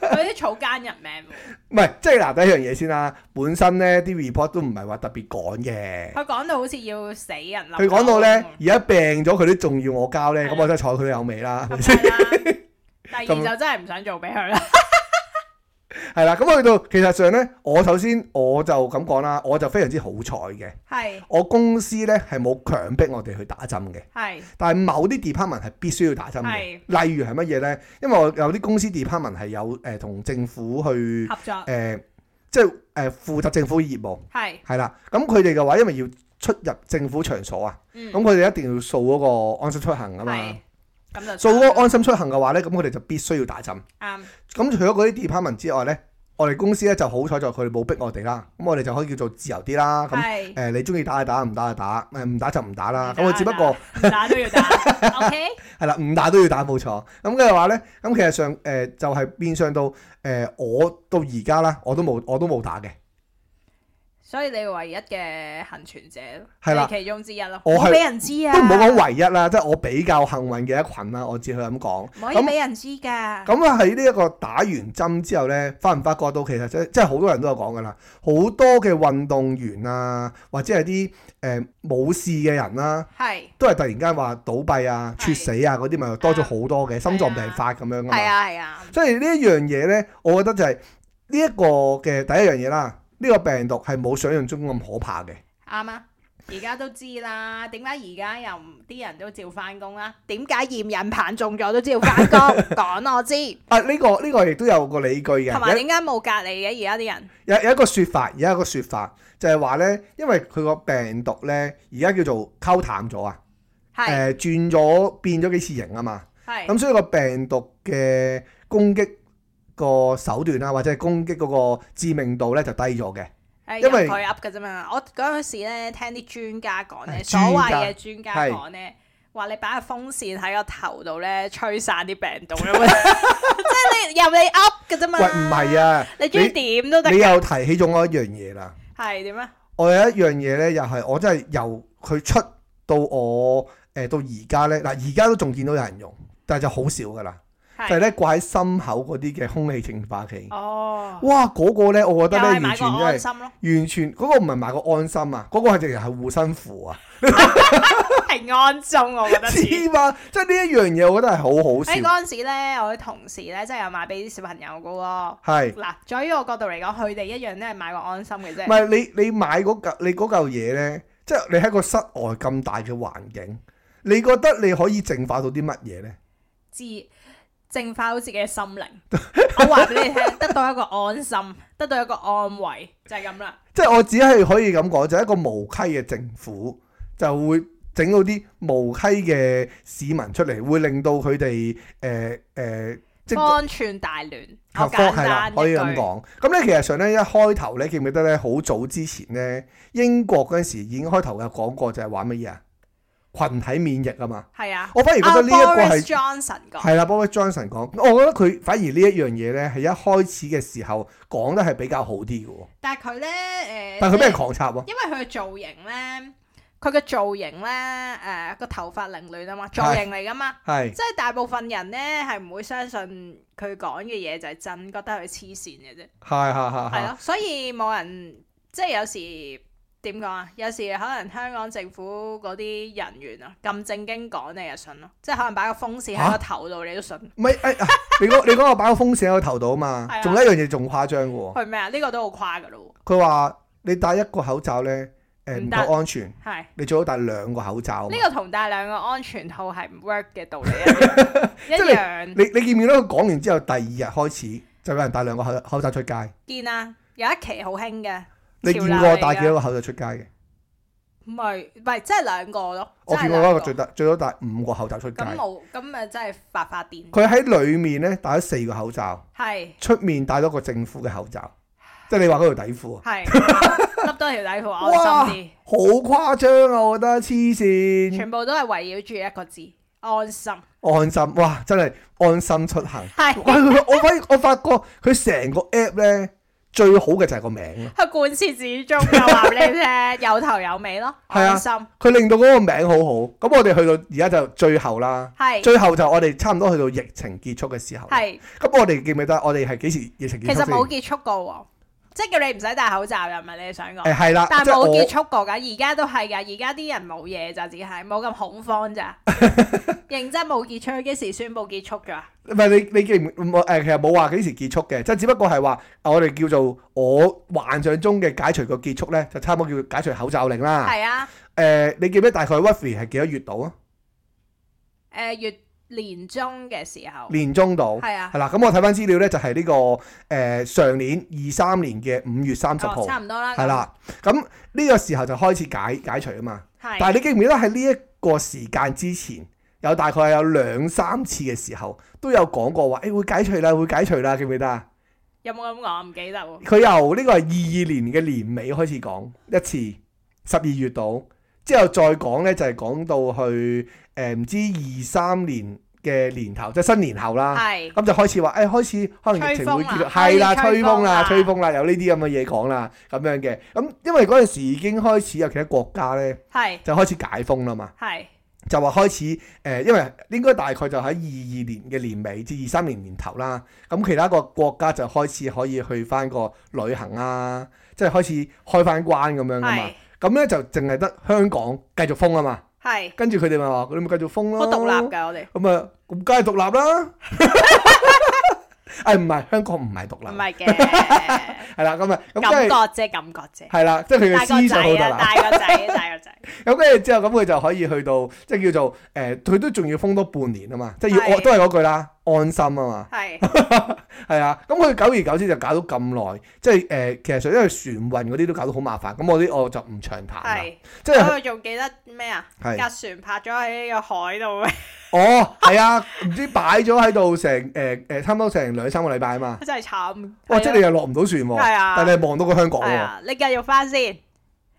佢啲草菅人命喎。唔係，即係嗱第一樣嘢先啦，本身咧啲 report 都唔係話特別趕嘅，佢講到好似要死人啦。佢講到咧而家病咗佢都仲要我交咧，咁我真係睬佢有味啦， 係咪咁先係啦，第咁二就真係唔想做俾佢啦。係啦，咁去到其實上咧，我首先我就咁講啦，我就非常之好彩嘅。係我公司咧係冇強迫我哋去打針嘅，係但係某啲 department 係必須要打針嘅。例如係乜嘢咧？因為我有啲公司 department 係有誒同、政府去誒、合作呃即係誒負責政府業務係係啦。咁佢哋嘅話，因為要出入政府場所啊，嗯咁佢哋一定要掃嗰個安心出行啊嘛。係咁就掃嗰個安心出行嘅話咧，咁佢哋就必須要打針。啱咁除咗嗰啲 department 之外咧，我哋公司咧就好彩在佢哋冇逼我哋啦，咁我哋就可以叫做自由啲啦。咁誒、係你中意打就打，唔打就打，誒唔打就唔打啦。唔打咁啊我只不過唔打都要打。OK 係啦，唔打都要打冇錯。咁嘅話咧，咁其實上誒、就係、變相到誒、我到而家啦，我都冇我都冇打嘅。所以你唯一嘅幸存者係啦你其中之一咯。我係唔好俾人知啊！都唔好講唯一啦，即係我比較幸運嘅一群啦，我只可以咁講。唔可以咁俾人知㗎。咁啊喺呢一個打完針之後咧，發唔發覺到其實真真係好多人都有講噶啦，好多嘅運動員啊，或者係啲誒冇事嘅人啦、係都係突然間話倒斃啊、係啊猝死啊嗰啲，咪多咗好多嘅心臟病發咁樣噶係嘛。啊係啊，所以呢一樣嘢咧，我覺得就係呢一個嘅第一樣嘢啦。呢個病毒係冇想象中咁可怕嘅，啱啊！而家都知啦，點解而家又唔啲人都照翻工啦？點解驗孕棒中咗都照翻工？講我知，啊呢、個呢、個亦都有個理據嘅。同埋有點解冇隔離嘅而家啲人？有有一個説法，有一個説法就係話咧，因為佢個病毒咧而家叫做溝淡咗啊。誒、係轉咗變咗幾次型啊嘛，係咁所以個病毒嘅攻擊個手段啊，或者係攻擊嗰個致命度咧就低咗嘅，係因為入佢 up 嘅啫嘛。我嗰陣時咧聽啲專家講咧，係所專謂家嘅專家係講咧，話你擺個風扇喺個頭度咧，吹散啲病毒咁樣， 即係你入你 up 嘅啫嘛。喂唔係啊，你中意點都得你，又提起咗我一樣嘢啦，係點啊？我有一樣嘢咧又係我真係由佢出到我誒、到而家咧嗱，而家都仲見到有人用，但係就好少噶啦，就係係咧掛喺心口嗰啲嘅空氣淨化器，哦，哇嗰、個咧我覺又得咧係完買個全真係安。心咯，完全嗰、個唔係買個安心啊，嗰、個係直情係護身符啊！平安中我覺得似。黐孖，即係呢一樣嘢，我覺得係好好喺笑。嗰陣時咧，我啲同事咧真係有買俾啲小朋友嘅喎。係，嗱，在於我角度嚟講，佢哋一樣都係買個安心嘅啫唔。係你你買嗰嚿你嗰嚿嘢咧，即係你喺個室外咁大嘅環境，你覺得你可以淨化到啲乜嘢咧？自淨化好自己嘅心靈。 我話俾你聽，得到一個安心， 得到一個安慰，就係咁啦。即係我只係可以咁講，就係一個無稽嘅政府就會整到啲無稽嘅市民出嚟，會令到佢哋誒誒即係安全大亂，合好科簡係啦單，可以一咁句。講。咁咧其實上咧一開頭咧記唔記得咧？好早之前咧，英國嗰陣時已經開頭有講過就係話乜嘢啊？群體免疫啊嘛。係啊。我反而覺得呢一個係 Boris Johnson 講係啦，Boris Johnson 講，我覺得佢反而呢一樣嘢咧係一開始嘅時候講得係比較好啲嘅喎，但係佢咧誒，但係佢俾咩人狂插喎，因為佢嘅造型咧，佢嘅造型咧誒個頭髮凌亂啊嘛，造型嚟噶嘛。係即係大部分人呢係唔會相信佢講嘅嘢就係真，覺得佢黐線嘅啫，係係係係係咯，所以冇人即係有時點講啊？有時可能香港政府嗰啲人員啊，咁正經講你就信咯，即係可能擺個風扇喺嚇個頭度你都信，唔係 誒啊你講你講我擺個風扇喺個頭度啊嘛係，啊仲有一樣嘢仲誇張嘅喎，佢咩啊？呢個都好誇噶咯佢話你戴一個口罩咧誒唔唔得夠安全，喎，係。你最好戴兩個口罩啊嘛呢。個同戴兩個安全套係唔 work 嘅道理一 樣一樣你你見唔見到佢講完之後，第二日開始就有人戴兩個口口罩出街？見啊！有一期好興嘅，你潮見流過我嚟戴幾㗎多個口罩出街嘅？唔係唔係，即係兩個咯。我真係見過兩一個個最大最多戴五個口罩出街。咁冇，咁咪真係發發電。佢喺裡面咧戴咗四個口罩，係出面戴咗個政府嘅口罩，即係你話嗰條底褲啊， 係，笠多條底褲安心好誇張啊！我覺得黐啲，線，全部都係圍繞住一個字安心。安心哇！真係安心出行。係 喂，佢我發我發覺佢成個 app 咧最好嘅就係個名啊，佢貫徹始終就話俾你聽，有頭有尾咯，係啊安心佢令到嗰個名好好。咁我哋去到而家就最後啦。係最後就我哋差唔多去到疫情結束嘅時候，咁係。我哋記唔記得我哋係幾時疫情其結束實先？冇結束過喎，即係叫你唔使戴口罩又唔係你想誒講，係啦，但即係係冇我結束過㗎。而家都係㗎，而家啲人冇嘢咋，只係冇咁恐 慌咋。認真冇結束，佢幾時宣布結束㗎？唔係你你記唔冇誒？其實冇話幾時結束嘅，即係只不過係話啊我哋叫做我幻想中嘅解除個結束咧，就差唔多叫解除口罩令啦。係啊，誒、你記唔記得大概 Wuffy 係幾多月度啊？誒月年中嘅時候年中度哦係啊係。啦。咁我睇翻資料咧，就係、呢、個誒、上年二三年嘅五月三十號哦，差唔多啦。係啦。咁呢個時候就開始解解除啊嘛。咁，係但係你記唔記得喺呢一個時間之前，有大概有兩三次嘅時候都有講過話，誒、會解除啦，會解除啦，記唔記得啊？有冇咁講？唔記得喎。佢由呢個係二二年嘅年尾開始講一次，十二月度之後再講呢，就係、講到去誒唔、知二三年嘅年頭，即係新年後啦。係咁就開始話，誒、開始可能疫情會結束，吹風啦係啦，可吹以吹風風啦，啦吹風啦，有呢啲咁嘅嘢講啦，咁樣嘅。咁因為嗰陣時已經開始有其他國家呢，係就開始解封啦嘛。係就話開始誒、呃因為應該大概就喺二二年嘅年尾至二三年年頭啦。咁其他個國家就開始可以去翻個旅行啊，即係開始開翻關咁樣噶嘛係。咁咧就淨係得香港繼續封啊嘛。係，跟住佢哋咪話：你咪繼續封咯。好獨立㗎我哋，咁啊，咁梗係獨立啦。 誒唔係香港唔係獨唔立，係嘅係啦咁啊， 咁感即係覺啫，感覺啫。係啦，即係佢嘅大個思仔想好獨啊，立。大個 仔，大個仔，咁跟住之後，咁佢就可以去到即係叫做誒，佢、都仲要封多半年啊嘛，即係要係安都係嗰句啦，安心啊嘛，係係啊。咁佢久而久之就搞到咁耐，即係誒、呃其實因為船運嗰啲都搞到好麻煩，咁我啲我就唔長談啦。係。哦即係我仲記得咩啊？係架船泊咗喺個海度， 哦，係啊，唔知擺咗喺度成誒誒，差唔多成兩三個禮拜啊嘛。真係慘。哇！即係你又落唔到船喎，係啊但係你係望到個香港係喎。啊啊，你繼續翻先。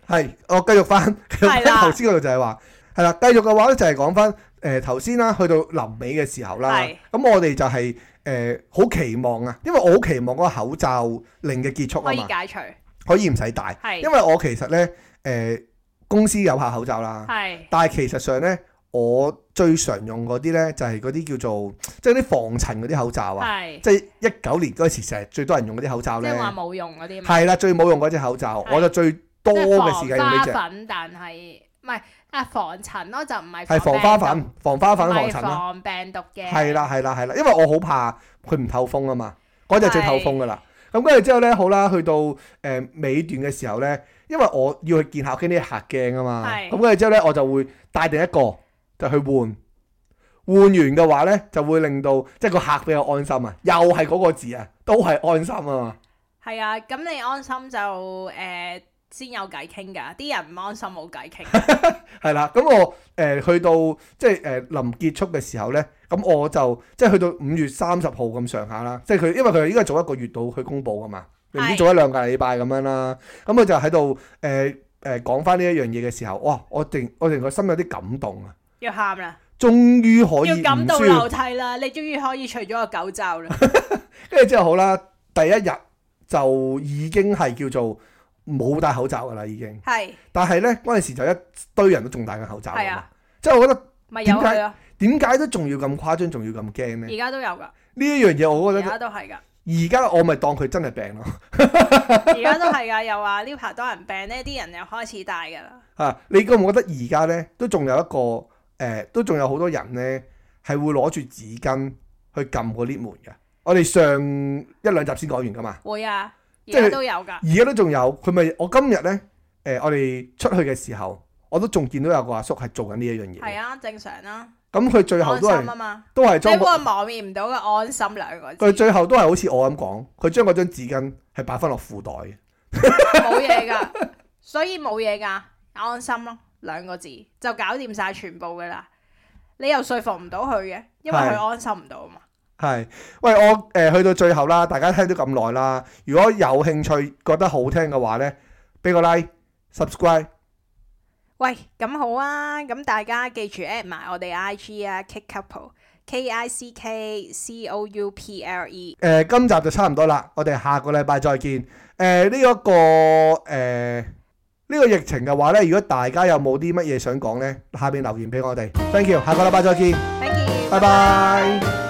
係，我繼續翻，繼續係翻啦頭先嗰度就係話，係啦，繼續嘅話咧就係講翻誒頭先啦，去到臨尾嘅時候啦，係咁我哋就係誒好期望啊，因為我好期望嗰個口罩令嘅結束可啊以嘛，解除，可以唔使戴，係因為我其實咧誒、呃公司有下口罩啦，係但係其實上咧我最常用嗰啲咧就係嗰啲叫做即係啲防塵嗰啲口罩啊，係，即係一九年嗰時成日最多人用嗰啲口罩即咧係，話冇用嗰啲嘛，係啦，最冇用嗰隻口罩，係我就最多即嘅時間用係防呢花隻。粉，但係唔係啊防塵咯，就唔係係防花病毒，粉、防花粉、唔防係塵啦。防病毒嘅，係啦，係啦，係啦，因為我好怕佢唔透風啊嘛，嗰隻最透風噶啦。咁跟住之後咧，好啦，去到誒、呃尾段嘅時候咧，因為我要去見客經啲客鏡啊嘛，係咁跟住之後咧，我就會帶定一個就去換。換完嘅話咧，就會令到即係個客比較安心啊！又係嗰個字啊，都係安心啊嘛。係啊，咁你安心就誒、呃先有偈傾㗎，啲人唔安心冇偈傾 㗎。係啦，咁我誒、呃去到即係誒臨結束嘅時候咧，咁我就即係去到五月三十號咁上下啦，即係佢因為佢應該早一個月到去公佈噶嘛，唔知係早一兩個禮拜咁樣啦，咁佢就喺度誒誒講翻呢一樣嘢嘅時候，哇！我定我定個心有啲感動啊，要喊啦，終於可以要感唔到需要流涕啦，你終於可以除咗個口 罩啦。跟住之後好啦，第一日就已經係叫做冇戴口罩噶啦，已經。係但係呢，嗰陣時就一堆人都仲戴緊口罩㗎係嘛啊，即係我覺得咪有佢咯？點解都仲要咁誇張，仲要咁驚呢？而家都有噶，呢一樣嘢我覺而得家都係噶，而家我咪當佢真係病咯 而家都係噶。又話呢排多人病呢啲人又開始戴噶啦。嚇、啊你覺唔覺得而家呢都仲有一個誒、呃都仲有好多人呢係會攞住紙巾去撳個 lift 門嘅？我哋上一兩集先講完噶嘛。會啊，而即係家都 有噶。而家都仲有，佢咪我今日呢，誒、我哋出去嘅時候，我都仲見到有個阿叔係做緊呢一樣係嘢。啊，正常啦，咁佢最後安都心啊係嘛。都係你將個個磨滅唔到嘅安心兩個佢字，最後都係好似我咁講，佢將嗰張紙巾係擺翻落褲袋嘅。冇嘢噶，所以冇嘢噶，安心咯，兩個字就搞掂晒全部噶啦。你又說服唔到佢嘅，因為係佢安心唔到啊嘛。係，喂，我誒、呃去到最後啦，大家聽到咁耐啦，如果有興趣覺得好聽嘅話呢，俾個 like、subscribe，喂，咁好啊！咁大家記住 at 埋我哋 IG 啊，Kick Couple K I C K C O U P L E。誒、呃今集就差唔多啦，我哋下個禮拜再見。呃誒呢一個誒呢、個疫情嘅話呢，如果大家有冇啲乜嘢想講呢？下面留言俾我哋。Thank you，下個禮拜再見， Thank you，拜拜